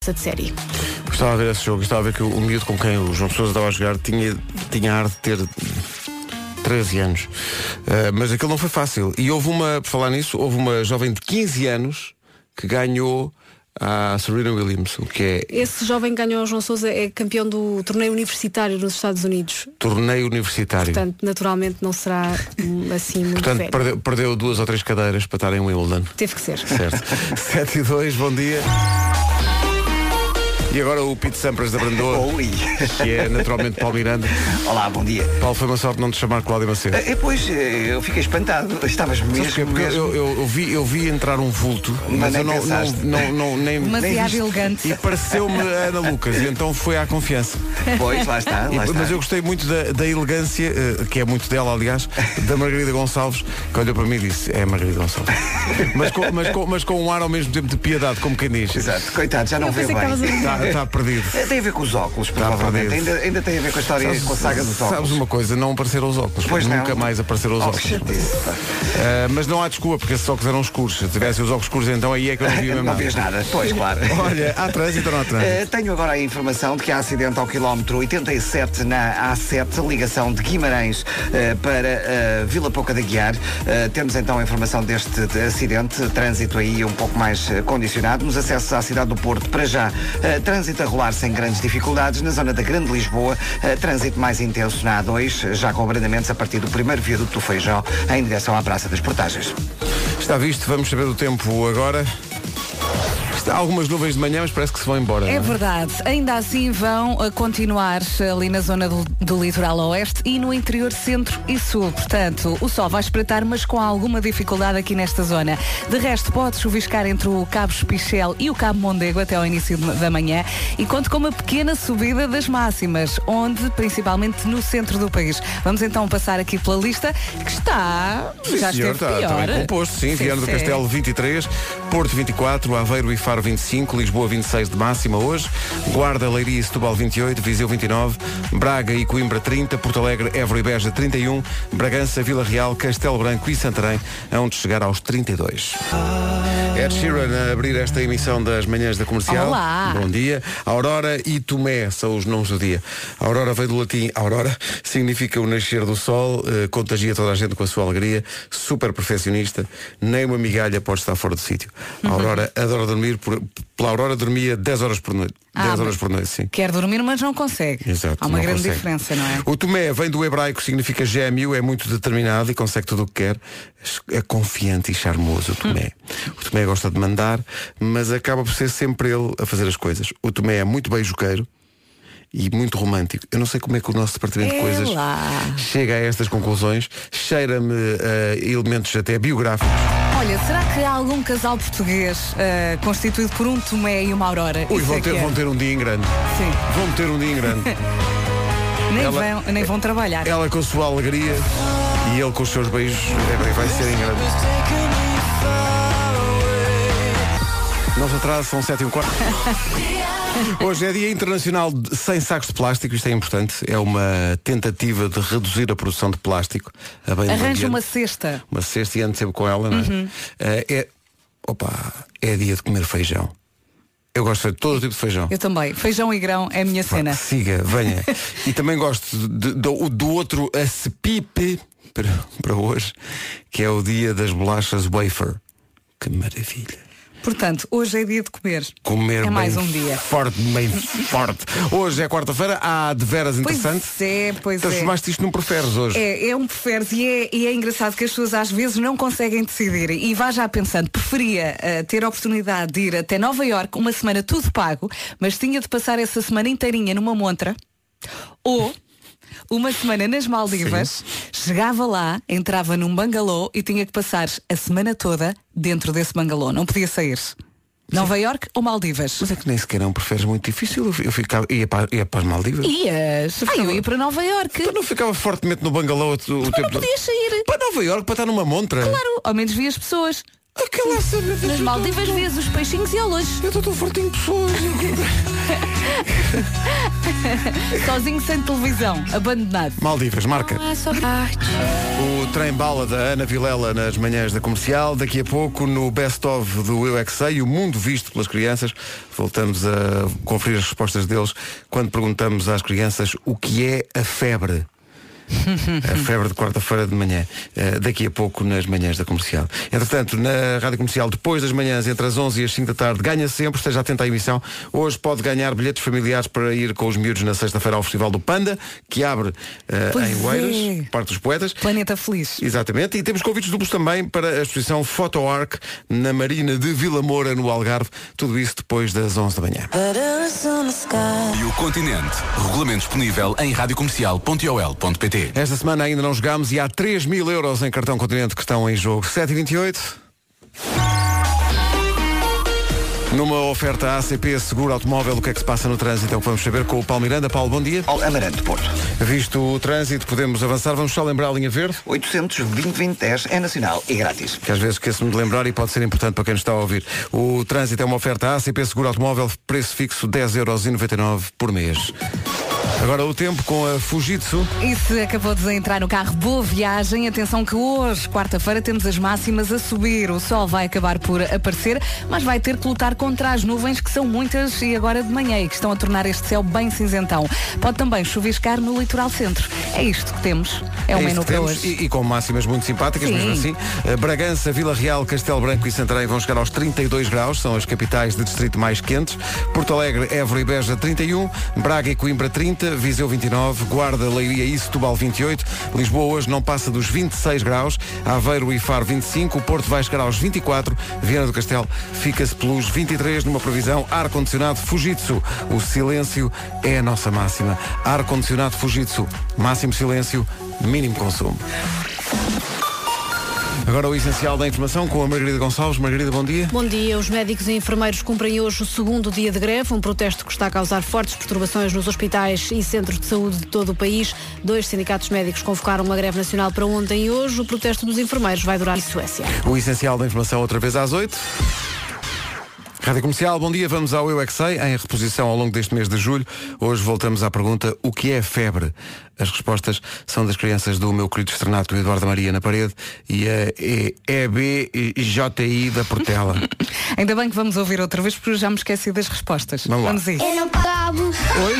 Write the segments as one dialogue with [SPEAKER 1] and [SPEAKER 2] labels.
[SPEAKER 1] desta de série.
[SPEAKER 2] Gostava de ver esse jogo, gostava de ver que o miúdo com quem o João Pessoa estava a jogar tinha, tinha ar de ter 13 anos. Ah, mas aquilo não foi fácil. E houve uma, por falar nisso, houve uma jovem de 15 anos que ganhou a Serena Williams, o que é
[SPEAKER 1] Esse jovem que ganhou o João Sousa é campeão do torneio universitário nos Estados Unidos.
[SPEAKER 2] torneio universitário. Portanto,
[SPEAKER 1] Portanto, naturalmente não será hum, assim muito velho.
[SPEAKER 2] perdeu, perdeu duas ou três cadeiras para estar em Wimbledon.
[SPEAKER 1] Teve que ser.
[SPEAKER 2] Certo. 7 e 2, bom dia. E agora o Pete Sampras da Brandoa,
[SPEAKER 3] Oi.
[SPEAKER 2] que é naturalmente Paulo Miranda.
[SPEAKER 3] Olá, bom dia.
[SPEAKER 2] Paulo, foi uma sorte não te chamar Cláudio Macedo.
[SPEAKER 3] Eh, eh, Pois, eh, eu fiquei espantado. Estavas
[SPEAKER 2] Sabes porquê?
[SPEAKER 3] mesmo,
[SPEAKER 2] Porque
[SPEAKER 3] mesmo.
[SPEAKER 2] eu, eu- eu vi, eu vi entrar um vulto, mas
[SPEAKER 3] Mas nem
[SPEAKER 2] eu não, não,
[SPEAKER 3] pensaste.
[SPEAKER 2] não, não- nem, nem
[SPEAKER 4] Demasiado
[SPEAKER 2] vi.
[SPEAKER 4] elegante.
[SPEAKER 2] E pareceu-me a Ana Lucas, e então foi à confiança.
[SPEAKER 3] Pois, lá está,
[SPEAKER 2] E-
[SPEAKER 3] lá está.
[SPEAKER 2] mas eu gostei muito da, da elegância, eh, que é muito dela, aliás, da Margarida Gonçalves, que olhou para mim e disse, é Margarida Gonçalves. mas, com, mas, com, mas com um ar ao mesmo tempo de piedade, como quem diz.
[SPEAKER 3] Exato, coitado, já não
[SPEAKER 1] Eu
[SPEAKER 3] vê
[SPEAKER 1] pensei que estavas a
[SPEAKER 3] bem.
[SPEAKER 2] Está está perdido.
[SPEAKER 3] Eh, Tem a ver com os óculos, provavelmente.
[SPEAKER 2] perdido.
[SPEAKER 3] Ainda, ainda tem a ver com a história, com a saga dos
[SPEAKER 2] Tá, Sabes
[SPEAKER 3] óculos.
[SPEAKER 2] uma coisa, não apareceram os óculos.
[SPEAKER 3] Pois não.
[SPEAKER 2] Nunca mais apareceram os
[SPEAKER 3] Oh,
[SPEAKER 2] óculos.
[SPEAKER 3] que chatice.
[SPEAKER 2] Eh, mas não há desculpa, porque esses óculos eram escuros. Se tivessem os óculos escuros, então aí é que eu não via mesmo
[SPEAKER 3] Não
[SPEAKER 2] nada.
[SPEAKER 3] vês nada. Pois, claro.
[SPEAKER 2] Olha, há trânsito ou não há trânsito?
[SPEAKER 4] É.
[SPEAKER 3] Eh, tenho agora a informação de que há acidente ao quilómetro 87 na A7, ligação de Guimarães eh, para eh, Vila Pouca da Guiar. Eh, temos então a informação deste de- acidente, trânsito aí um pouco mais eh, condicionado. Nos acessos à cidade do Porto, para já, eh, trânsito a rolar sem grandes dificuldades. Na zona da Grande Lisboa, eh, trânsito mais intenso na A2, já com abrandamentos a partir do primeiro viaduto do Feijó, em direção à Praça das Portagens.
[SPEAKER 2] Está visto, vamos saber o tempo agora. Está algumas nuvens de manhã, mas parece que se vão embora.
[SPEAKER 4] É
[SPEAKER 2] não
[SPEAKER 4] verdade. Ainda assim vão a continuar ali na zona do, do litoral oeste e no interior centro e sul. Portanto, o sol vai espreitar, mas com alguma dificuldade aqui nesta zona. De resto, pode chuviscar entre o Cabo Espichel e o Cabo Mondego até ao início de- da manhã e conto com uma pequena subida das máximas, onde principalmente no centro do país. Vamos então passar aqui pela lista que está
[SPEAKER 2] Sim,
[SPEAKER 4] já
[SPEAKER 2] senhor,
[SPEAKER 4] esteve
[SPEAKER 2] está, está
[SPEAKER 4] pior.
[SPEAKER 2] bem composto, sim. Viana do
[SPEAKER 4] sim.
[SPEAKER 2] Castelo 23, Porto 24, Aveiro e Faro 25, Lisboa 26 de máxima hoje, Guarda, Leiria e Setúbal 28, Viseu 29, Braga e Coimbra 30, Porto Alegre, Évora e Beja 31, Bragança, Vila Real, Castelo Branco e Santarém, onde chegar aos 32. Ed Sheeran a abrir esta emissão das manhãs da comercial.
[SPEAKER 4] Olá.
[SPEAKER 2] Bom dia. Aurora e Tomé são os nomes do dia. Aurora veio do latim aurora, significa o nascer do sol, eh, contagia toda a gente com a sua alegria, super perfeccionista, nem uma migalha pode estar fora do sítio.
[SPEAKER 4] Uhum.
[SPEAKER 2] A Aurora adora dormir, por- pela Aurora dormia 10 horas por noite.
[SPEAKER 4] Ah,
[SPEAKER 2] 10 horas
[SPEAKER 4] mas-
[SPEAKER 2] por noite, sim.
[SPEAKER 4] Quer dormir, mas não consegue.
[SPEAKER 2] Exato,
[SPEAKER 4] Há uma
[SPEAKER 2] não
[SPEAKER 4] grande
[SPEAKER 2] consegue.
[SPEAKER 4] diferença, não é?
[SPEAKER 2] O Tomé vem do hebraico, significa gêmeo, é muito determinado e consegue tudo o que quer. É confiante e charmoso o Tomé.
[SPEAKER 4] Hum.
[SPEAKER 2] O Tomé gosta de mandar, mas acaba por ser sempre ele a fazer as coisas. O Tomé é muito beijoqueiro e muito romântico. Eu não sei como é que o nosso departamento de
[SPEAKER 4] É
[SPEAKER 2] coisas
[SPEAKER 4] lá.
[SPEAKER 2] chega a estas conclusões. Cheira-me a elementos até biográficos.
[SPEAKER 4] Olha, será que há algum casal português eh, constituído por um Tomé e uma Aurora?
[SPEAKER 2] Ui,
[SPEAKER 4] Isso
[SPEAKER 2] vão
[SPEAKER 4] é que
[SPEAKER 2] ter,
[SPEAKER 4] é.
[SPEAKER 2] vão ter um dia em grande.
[SPEAKER 4] Sim.
[SPEAKER 2] Vão ter um dia em grande.
[SPEAKER 4] Nem,
[SPEAKER 2] Ela-
[SPEAKER 4] vão, nem vão trabalhar.
[SPEAKER 2] Ela com a sua alegria e ele com os seus beijos é bem, vai ser em grande. Não se atrasa, são 7 e um quarto. Hoje é Dia Internacional de- Sem Sacos de Plástico, isto é importante. É uma tentativa de reduzir a produção de plástico a bem do ambiente.
[SPEAKER 4] Arranja uma Uhum. cesta.
[SPEAKER 2] Uma cesta e ando sempre com ela, não é? Eh, é... Opa, é dia de comer feijão. Eu gosto de todo tipo de feijão.
[SPEAKER 4] Eu também. Feijão e grão é a minha
[SPEAKER 2] Vá,
[SPEAKER 4] cena.
[SPEAKER 2] Siga, venha. e também gosto de- do, do outro a cepipe para, para hoje, que é o dia das bolachas wafer. Que maravilha.
[SPEAKER 4] Portanto, hoje é dia de comer.
[SPEAKER 2] Comer
[SPEAKER 4] é mais
[SPEAKER 2] bem
[SPEAKER 4] um dia.
[SPEAKER 2] forte, bem forte. Hoje é quarta-feira, há de veras
[SPEAKER 4] Pois
[SPEAKER 2] interessante. Então,
[SPEAKER 4] é, pois é.
[SPEAKER 2] Transformaste isto num preferes hoje.
[SPEAKER 4] É, é um preferes e é, e é engraçado que as pessoas às vezes não conseguem decidir e vá já pensando, preferia eh, ter a oportunidade de ir até Nova Iorque uma semana tudo pago, mas tinha de passar essa semana inteirinha numa montra ou uma semana nas Maldivas, chegava lá, entrava num bangalô e tinha que passar a semana toda dentro desse bangalô, não podia sair. Nova Iorque ou Maldivas?
[SPEAKER 2] Mas é que nem sequer é um preferes muito difícil. Eu, eu ficava, ia, para, ia para as Maldivas.
[SPEAKER 4] Ias! Ah, eu ia para Nova Iorque.
[SPEAKER 2] Eu não ficava fortemente no bangalô o, o tempo todo.
[SPEAKER 4] Podias sair.
[SPEAKER 2] Para Nova Iorque, para estar numa montra.
[SPEAKER 4] Claro, ao menos vi as pessoas.
[SPEAKER 2] Aquela
[SPEAKER 4] Nas Maldivas vês os peixinhos e ao longe.
[SPEAKER 2] Eu estou tão fortinho de pessoas.
[SPEAKER 4] Sozinho sem televisão, abandonado.
[SPEAKER 2] Maldivas, marca.
[SPEAKER 1] Não é sobre arte.
[SPEAKER 2] O trem bala da Ana Vilela nas manhãs da comercial. Daqui a pouco, no Best of do Eu é Que Sei, o mundo visto pelas crianças. Voltamos a conferir as respostas deles quando perguntamos às crianças o que é a febre. A febre de quarta-feira de manhã, eh, daqui a pouco nas manhãs da comercial. Entretanto, na rádio comercial, depois das manhãs, entre as 11 e as 5 da tarde, ganha sempre, esteja atento à emissão. Hoje pode ganhar bilhetes familiares para ir com os miúdos na sexta-feira ao Festival do Panda, que abre eh,
[SPEAKER 4] Pois
[SPEAKER 2] em Oeiras,
[SPEAKER 4] é.
[SPEAKER 2] Parque dos Poetas.
[SPEAKER 4] Planeta Feliz.
[SPEAKER 2] Exatamente, e temos convites duplos também para a exposição Photo Arc na Marina de Vila Moura, no Algarve. Tudo isso depois das 11 da manhã.
[SPEAKER 5] E o continente. Regulamento disponível em radiocomercial.ol.pt
[SPEAKER 2] Esta semana ainda não jogámos e há 3 mil euros em cartão continente que estão em jogo. 7 e 28 Numa oferta ACP Seguro Automóvel, o que é que se passa no trânsito é o que vamos saber com o Paulo Miranda. Paulo, bom dia.
[SPEAKER 3] Ao Amarante Porto.
[SPEAKER 2] Visto o trânsito, podemos avançar. Vamos só lembrar a linha verde.
[SPEAKER 3] 820-2010 é nacional e grátis.
[SPEAKER 2] que às vezes esqueço-me de lembrar e pode ser importante para quem nos está a ouvir. O trânsito é uma oferta ACP Seguro Automóvel, preço fixo 10,99€ por mês. Agora o tempo com a Fujitsu.
[SPEAKER 4] E se acabou de entrar no carro, boa viagem. Atenção que hoje, quarta-feira, temos as máximas a subir. O sol vai acabar por aparecer, mas vai ter que lutar contra as nuvens, que são muitas e agora de manhã, e que estão a tornar este céu bem cinzentão. Pode também chuviscar no litoral centro. É isto que temos. É o
[SPEAKER 2] isto
[SPEAKER 4] menu
[SPEAKER 2] que
[SPEAKER 4] para
[SPEAKER 2] temos.
[SPEAKER 4] hoje.
[SPEAKER 2] E, e com máximas muito simpáticas,
[SPEAKER 4] Sim.
[SPEAKER 2] mesmo assim. Eh, Bragança, Vila Real, Castelo Branco e Santarém vão chegar aos 32 graus, são as capitais de distrito mais quentes. Porto Alegre, Évora e Beja 31, Braga e Coimbra 30, Viseu 29, Guarda, Leiria e Setúbal 28, Lisboa hoje não passa dos 26 graus, Aveiro e Faro 25, o Porto vai chegar aos 24, Viana do Castelo fica-se pelos 23 numa previsão ar-condicionado Fujitsu. O silêncio é a nossa máxima. Ar-condicionado Fujitsu, máximo silêncio, mínimo consumo. Agora o essencial da informação com a Margarida Gonçalves. Margarida, bom dia.
[SPEAKER 1] Bom dia. Os médicos e enfermeiros cumprem hoje o segundo dia de greve, um protesto que está a causar fortes perturbações nos hospitais e centros de saúde de todo o país. Dois sindicatos médicos convocaram uma greve nacional para ontem e hoje. O protesto dos enfermeiros vai durar em Suécia.
[SPEAKER 2] O essencial da informação outra vez às 8. Rádio Comercial, bom dia, vamos ao Eu é Que Sei, em reposição ao longo deste mês de julho. Hoje voltamos à pergunta, o que é febre? As respostas são das crianças do meu querido estrenato Eduardo Maria na parede e a E- EBJI da Portela.
[SPEAKER 4] Ainda bem que vamos ouvir outra vez, porque eu já me esqueci das respostas.
[SPEAKER 2] Vamos lá.
[SPEAKER 4] a isso.
[SPEAKER 6] Eu não cabo.
[SPEAKER 2] Oi?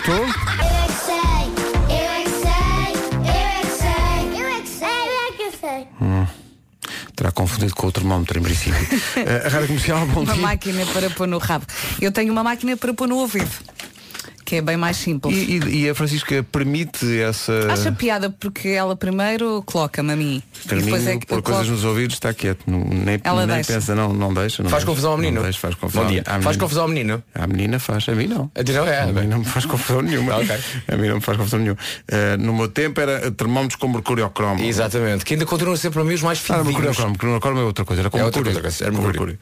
[SPEAKER 2] Estou?
[SPEAKER 6] Eu é que sei. Eu é que sei. Eu é que sei. Eu é que sei. Eu é que sei.
[SPEAKER 2] Terá confundido com o termómetro em princípio. Eh, Rádio Comercial, bom
[SPEAKER 4] Uma
[SPEAKER 2] dia.
[SPEAKER 4] máquina para pôr no rabo. Eu tenho uma máquina para pôr no ouvido, que é bem mais simples.
[SPEAKER 2] E, eh, e- e a Francisca permite essa...
[SPEAKER 4] Acha piada porque ela primeiro coloca-me a mim e depois é
[SPEAKER 2] Carminho,
[SPEAKER 4] que
[SPEAKER 2] pôr
[SPEAKER 4] coloca-
[SPEAKER 2] coisas nos ouvidos, está quieto. Não- Nem,
[SPEAKER 4] Ela
[SPEAKER 2] nem
[SPEAKER 4] deixa.
[SPEAKER 2] pensa, não, não deixa. não
[SPEAKER 7] Faz
[SPEAKER 2] deixa.
[SPEAKER 7] confusão ao
[SPEAKER 2] Não
[SPEAKER 7] menino?
[SPEAKER 2] deixa, faz confusão.
[SPEAKER 7] Bom dia.
[SPEAKER 2] à
[SPEAKER 7] Faz
[SPEAKER 2] menina.
[SPEAKER 7] confusão ao menino?
[SPEAKER 2] À menina faz, a mim não.
[SPEAKER 7] A ti não é?
[SPEAKER 2] A mim não me faz confusão nenhuma.
[SPEAKER 7] Ok.
[SPEAKER 2] A mim não me faz confusão nenhuma. Eh, no meu tempo era termómetros com mercúrio ao cromo.
[SPEAKER 7] Exatamente. Que ainda continuam a ser para mim os mais
[SPEAKER 2] Ah, Era
[SPEAKER 7] finos.
[SPEAKER 2] mercúrio ao cromo. Mercúrio ao cromo é outra coisa. Era com
[SPEAKER 7] É outra
[SPEAKER 2] mercúrio.
[SPEAKER 7] coisa, era
[SPEAKER 2] Com
[SPEAKER 7] mercúrio.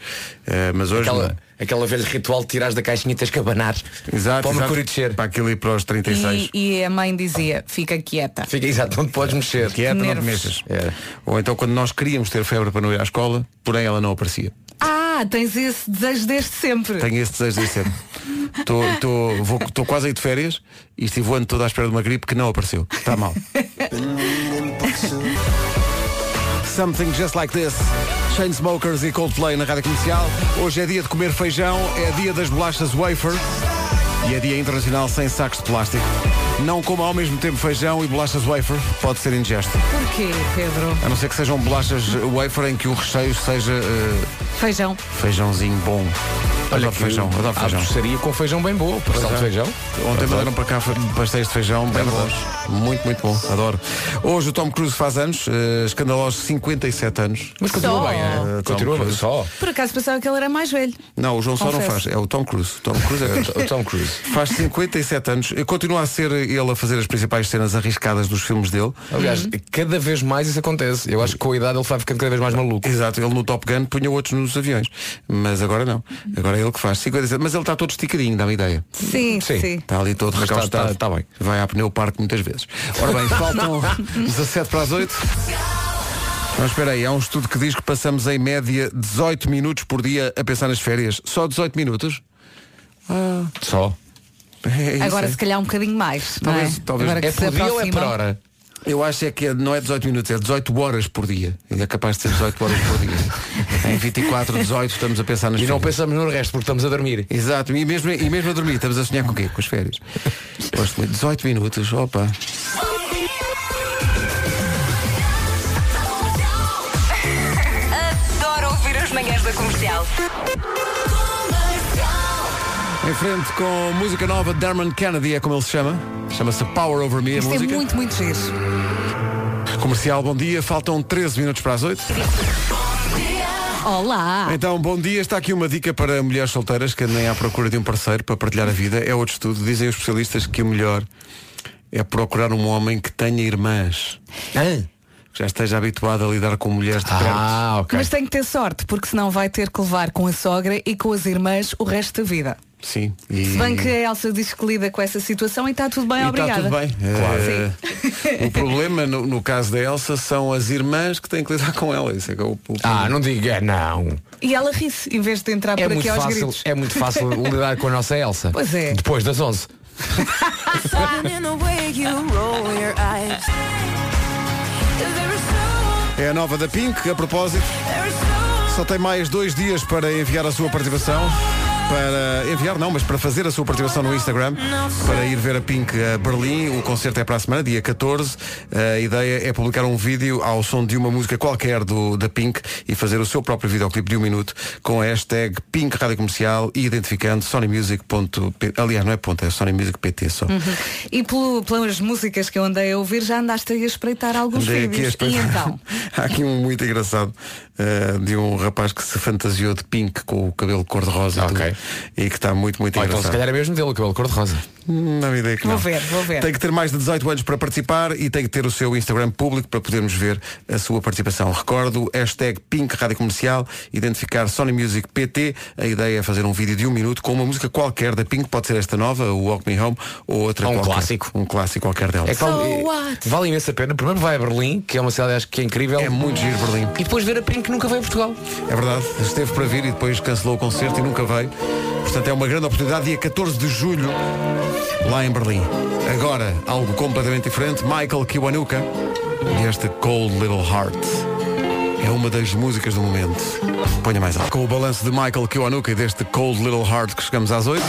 [SPEAKER 2] Eh, mas hoje
[SPEAKER 7] Aquela,
[SPEAKER 2] não.
[SPEAKER 7] aquela velha ritual de tirares da caixinha e tens que abanar.
[SPEAKER 2] Exato,
[SPEAKER 7] Para o
[SPEAKER 2] exato.
[SPEAKER 7] mercúrio descer.
[SPEAKER 2] Para aquilo ir para os 36.
[SPEAKER 4] E, e a mãe dizia, fica quieta.
[SPEAKER 7] Fica exato, não te podes mexer.
[SPEAKER 2] Que é para não te
[SPEAKER 4] nervos.
[SPEAKER 2] mexas.
[SPEAKER 7] Era.
[SPEAKER 2] Ou então quando nós queríamos ter febre para não ir à escola, porém ela não aparecia.
[SPEAKER 4] Ah, tens esse desejo desde sempre.
[SPEAKER 2] Tenho esse desejo de sempre. Estou quase aí de férias e estive o ano todo à espera de uma gripe que não apareceu. Está mal. Something just like this. Chainsmokers e Coldplay na rádio comercial. Hoje é dia de comer feijão, é dia das bolachas wafer e é dia internacional sem sacos de plástico. Não coma ao mesmo tempo feijão e bolachas wafer, pode ser ingesto.
[SPEAKER 4] Porquê, Pedro?
[SPEAKER 2] A não ser que sejam bolachas wafer em que o recheio seja eh,
[SPEAKER 4] Feijão.
[SPEAKER 2] feijãozinho bom. Adoro
[SPEAKER 7] que
[SPEAKER 2] feijão, adoro
[SPEAKER 7] há
[SPEAKER 2] feijão.
[SPEAKER 7] doçaria com feijão bem boa. Pastel de feijão.
[SPEAKER 2] Ontem mandaram para cá pastéis de feijão bem bons. É Muito, muito bom. Adoro. Hoje o Tom Cruise faz anos, eh, escandalosos 57 anos.
[SPEAKER 7] Mas continua
[SPEAKER 4] Só.
[SPEAKER 7] bem, é?
[SPEAKER 2] Ah,
[SPEAKER 7] Continua
[SPEAKER 2] Tom
[SPEAKER 7] bem.
[SPEAKER 2] Cruise.
[SPEAKER 7] Só.
[SPEAKER 4] Por acaso pensava que ele era mais velho.
[SPEAKER 2] Não, o João só não
[SPEAKER 4] Confesso.
[SPEAKER 2] faz, é o Tom Cruise. O Tom Cruise é...
[SPEAKER 7] O Tom Cruise.
[SPEAKER 2] Faz 57 anos. Eh, Continua a ser ele a fazer as principais cenas arriscadas dos filmes dele.
[SPEAKER 7] Aliás,
[SPEAKER 4] Uhum.
[SPEAKER 7] cada vez mais isso acontece. Eu acho que com a idade ele vai ficando cada vez mais maluco.
[SPEAKER 2] Exato, ele no Top Gun punha outros nos aviões. Mas agora não. Agora é ele que faz 57. Mas ele está todo esticadinho, dá-me ideia.
[SPEAKER 4] Sim, sim.
[SPEAKER 7] Sim.
[SPEAKER 2] Está ali todo
[SPEAKER 7] Mas tá-
[SPEAKER 2] recaustado.
[SPEAKER 7] tá- tá bem.
[SPEAKER 2] Vai à pneu parque muitas vezes. Ora bem, faltam 17 para as 8. Mas espera aí, há um estudo que diz que passamos em média 18 minutos por dia a pensar nas férias. Só 18 minutos?
[SPEAKER 7] Só.
[SPEAKER 2] É isso,
[SPEAKER 4] Agora
[SPEAKER 2] é.
[SPEAKER 4] se calhar um bocadinho mais. não
[SPEAKER 2] Talvez-
[SPEAKER 4] é?
[SPEAKER 2] talvez-
[SPEAKER 4] Agora que
[SPEAKER 7] É
[SPEAKER 4] se
[SPEAKER 7] por dia ou é por
[SPEAKER 4] aproximam.
[SPEAKER 7] hora?
[SPEAKER 2] Eu acho é que não é 18 minutos, é 18 horas por dia. Ele é capaz de ser 18 horas por dia. em 24, 18 estamos a pensar nas
[SPEAKER 7] E não
[SPEAKER 2] férias.
[SPEAKER 7] pensamos no resto porque estamos a dormir.
[SPEAKER 2] Exato, e mesmo, e mesmo a dormir, estamos a sonhar com o quê? Com as férias. Gosto muito. 18 minutos, opa.
[SPEAKER 8] Adoro ouvir as manhãs da comercial.
[SPEAKER 2] Em frente com música nova de Dermond Kennedy, é como ele se chama. Chama-se Power Over Me, a
[SPEAKER 4] Isto é
[SPEAKER 2] música.
[SPEAKER 4] muito, muito giro.
[SPEAKER 2] Comercial, bom dia. Faltam 13 minutos para as 8.
[SPEAKER 4] Olá!
[SPEAKER 2] Então, bom dia. Está aqui uma dica para mulheres solteiras que andem à procura de um parceiro para partilhar a vida. É outro estudo. Dizem os especialistas que o melhor é procurar um homem que tenha irmãs. Que já esteja habituado a lidar com mulheres de perto.
[SPEAKER 7] Ah, ok.
[SPEAKER 4] Mas tem que ter sorte, porque senão vai ter que levar com a sogra e com as irmãs o resto da vida.
[SPEAKER 2] Sim. E...
[SPEAKER 4] Se bem que a Elsa diz que lida com essa situação e está tudo bem,
[SPEAKER 2] E está
[SPEAKER 4] obrigada.
[SPEAKER 2] tudo bem. é.
[SPEAKER 4] Claro.
[SPEAKER 2] Eh, o problema, no, no caso da Elsa, são as irmãs que têm que lidar com ela. Isso é que é o, o
[SPEAKER 7] Ah, não diga, não.
[SPEAKER 4] E ela ri-se em vez de entrar
[SPEAKER 7] É
[SPEAKER 4] por
[SPEAKER 7] muito,
[SPEAKER 4] aqui É aos
[SPEAKER 7] fácil,
[SPEAKER 4] gritos.
[SPEAKER 7] é muito fácil lidar com a nossa Elsa.
[SPEAKER 4] Pois é.
[SPEAKER 7] Depois das 11.
[SPEAKER 2] É a nova da Pink, a propósito. Só tem mais dois dias para enviar a sua participação. Para enviar, não, mas para fazer a sua participação no Instagram, para ir ver a Pink a Berlim. O concerto é para a semana, dia 14. A ideia é publicar um vídeo ao som de uma música qualquer do, da Pink e fazer o seu próprio videoclipe de um minuto com a hashtag Pink Rádio Comercial e identificando sonymusic.pt. Aliás, não é ponto, é sonymusic.pt só.
[SPEAKER 4] E pelo- pelas músicas que eu andei a ouvir, já andaste aí a espreitar alguns
[SPEAKER 2] Andei aqui a
[SPEAKER 4] vídeos. E
[SPEAKER 2] espreitar.
[SPEAKER 4] então?
[SPEAKER 2] Há aqui um muito engraçado eh, de um rapaz que se fantasiou de pink com o cabelo cor-de-rosa e tudo.
[SPEAKER 7] Ok.
[SPEAKER 2] e que está muito, muito
[SPEAKER 7] Ou então se
[SPEAKER 2] engraçado.
[SPEAKER 7] calhar é mesmo dele, o cabelo cor-de-rosa.
[SPEAKER 2] Hum, Não me ideia que
[SPEAKER 4] Vou
[SPEAKER 2] não.
[SPEAKER 4] ver, vou ver.
[SPEAKER 2] Tem que ter mais de 18 anos para participar e tem que ter o seu Instagram público para podermos ver a sua participação. Recordo, hashtag Pink Rádio Comercial, identificar Sony Music PT. A ideia é fazer um vídeo de um minuto com uma música qualquer da Pink, pode ser esta nova, o Walk Me Home, ou outra
[SPEAKER 7] Ou um
[SPEAKER 2] qualquer.
[SPEAKER 7] clássico.
[SPEAKER 2] Um clássico qualquer dela.
[SPEAKER 7] É que vale,
[SPEAKER 4] So what?
[SPEAKER 7] vale imensa pena. Primeiro vai a Berlim, que é uma cidade acho que é incrível.
[SPEAKER 2] É muito giro, Berlim.
[SPEAKER 7] E depois ver a Pink que nunca veio a Portugal.
[SPEAKER 2] É verdade, esteve para vir e depois cancelou o concerto e nunca veio. Portanto, é uma grande oportunidade, dia 14 de julho, lá em Berlim. Agora, algo completamente diferente, Michael Kiwanuka e esta Cold Little Heart. É uma das músicas do momento. Ponha mais alto. Com o balanço de Michael Kiwanuka e deste Cold Little Heart que chegamos às 8.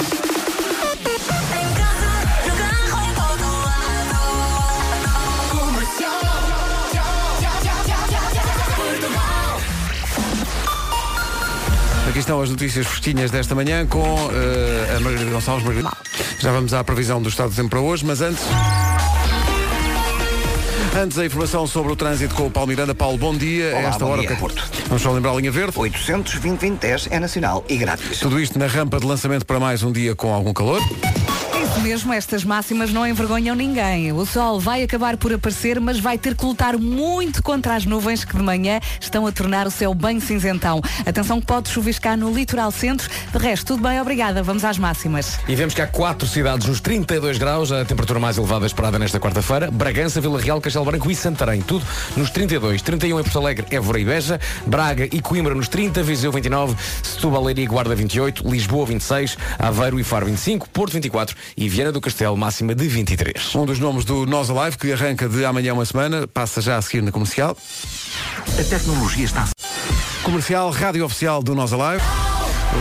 [SPEAKER 2] Aqui estão as notícias fresquinhas desta manhã com eh, a Margarida Gonçalves. Margarida. Já vamos à previsão do estado do tempo para hoje, mas antes. Antes a informação sobre o trânsito com o Paulo Miranda. Paulo, bom dia.
[SPEAKER 3] Olá,
[SPEAKER 2] A esta
[SPEAKER 3] bom
[SPEAKER 2] hora
[SPEAKER 3] dia,
[SPEAKER 2] o que-
[SPEAKER 3] Porto.
[SPEAKER 2] Vamos só lembrar a linha verde.
[SPEAKER 3] 820-2010 é nacional e grátis.
[SPEAKER 2] Tudo isto na rampa de lançamento para mais um dia com algum calor.
[SPEAKER 4] É Isso mesmo, estas máximas não envergonham ninguém. O sol vai acabar por aparecer, mas vai ter que lutar muito contra as nuvens que de manhã estão a tornar o céu bem cinzentão. Atenção que pode chuviscar no litoral centro. De resto, tudo bem, obrigada. Vamos às máximas.
[SPEAKER 7] E vemos que há quatro cidades nos 32 graus, a temperatura mais elevada esperada nesta quarta-feira. Bragança, Vila Real, Castelo Branco e Santarém. Tudo nos 32. 31 em Porto Alegre, Évora e Beja. Braga e Coimbra nos 30. Viseu 29. Setúbal, Leiria e Guarda 28. Lisboa 26. Aveiro e Faro 25. Porto 24. E Viana do Castelo, máxima de 23.
[SPEAKER 2] Um dos nomes do Nós Alive, que arranca de amanhã uma semana, passa já a seguir na comercial.
[SPEAKER 5] A tecnologia está
[SPEAKER 2] Comercial, rádio oficial do Nós Alive.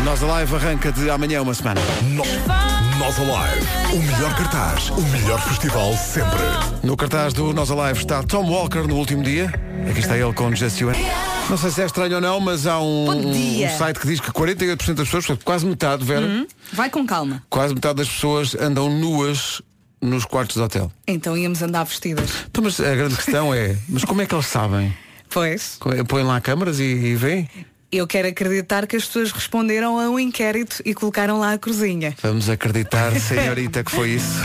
[SPEAKER 2] O Nós Alive arranca de amanhã uma semana.
[SPEAKER 5] Nós Alive. O melhor cartaz, o melhor festival sempre.
[SPEAKER 2] No cartaz do Nós Alive está Tom Walker no último dia. Aqui está ele com Jesse Wayne. Não sei se é estranho ou não, mas há um,
[SPEAKER 4] Bom dia. Hum?
[SPEAKER 2] um site que diz que 48% das pessoas, portanto, quase metade, Vera,
[SPEAKER 4] Vai com calma.
[SPEAKER 2] quase metade das pessoas andam nuas nos quartos de hotel.
[SPEAKER 4] Então íamos andar vestidas.
[SPEAKER 2] Então, mas a grande questão é, mas como é que eles sabem? é,
[SPEAKER 4] Pois.
[SPEAKER 2] Põem lá câmaras e, e veem?
[SPEAKER 4] Eu quero acreditar que as pessoas responderam a um inquérito e colocaram lá a cruzinha.
[SPEAKER 2] Vamos acreditar, senhorita, que foi isso.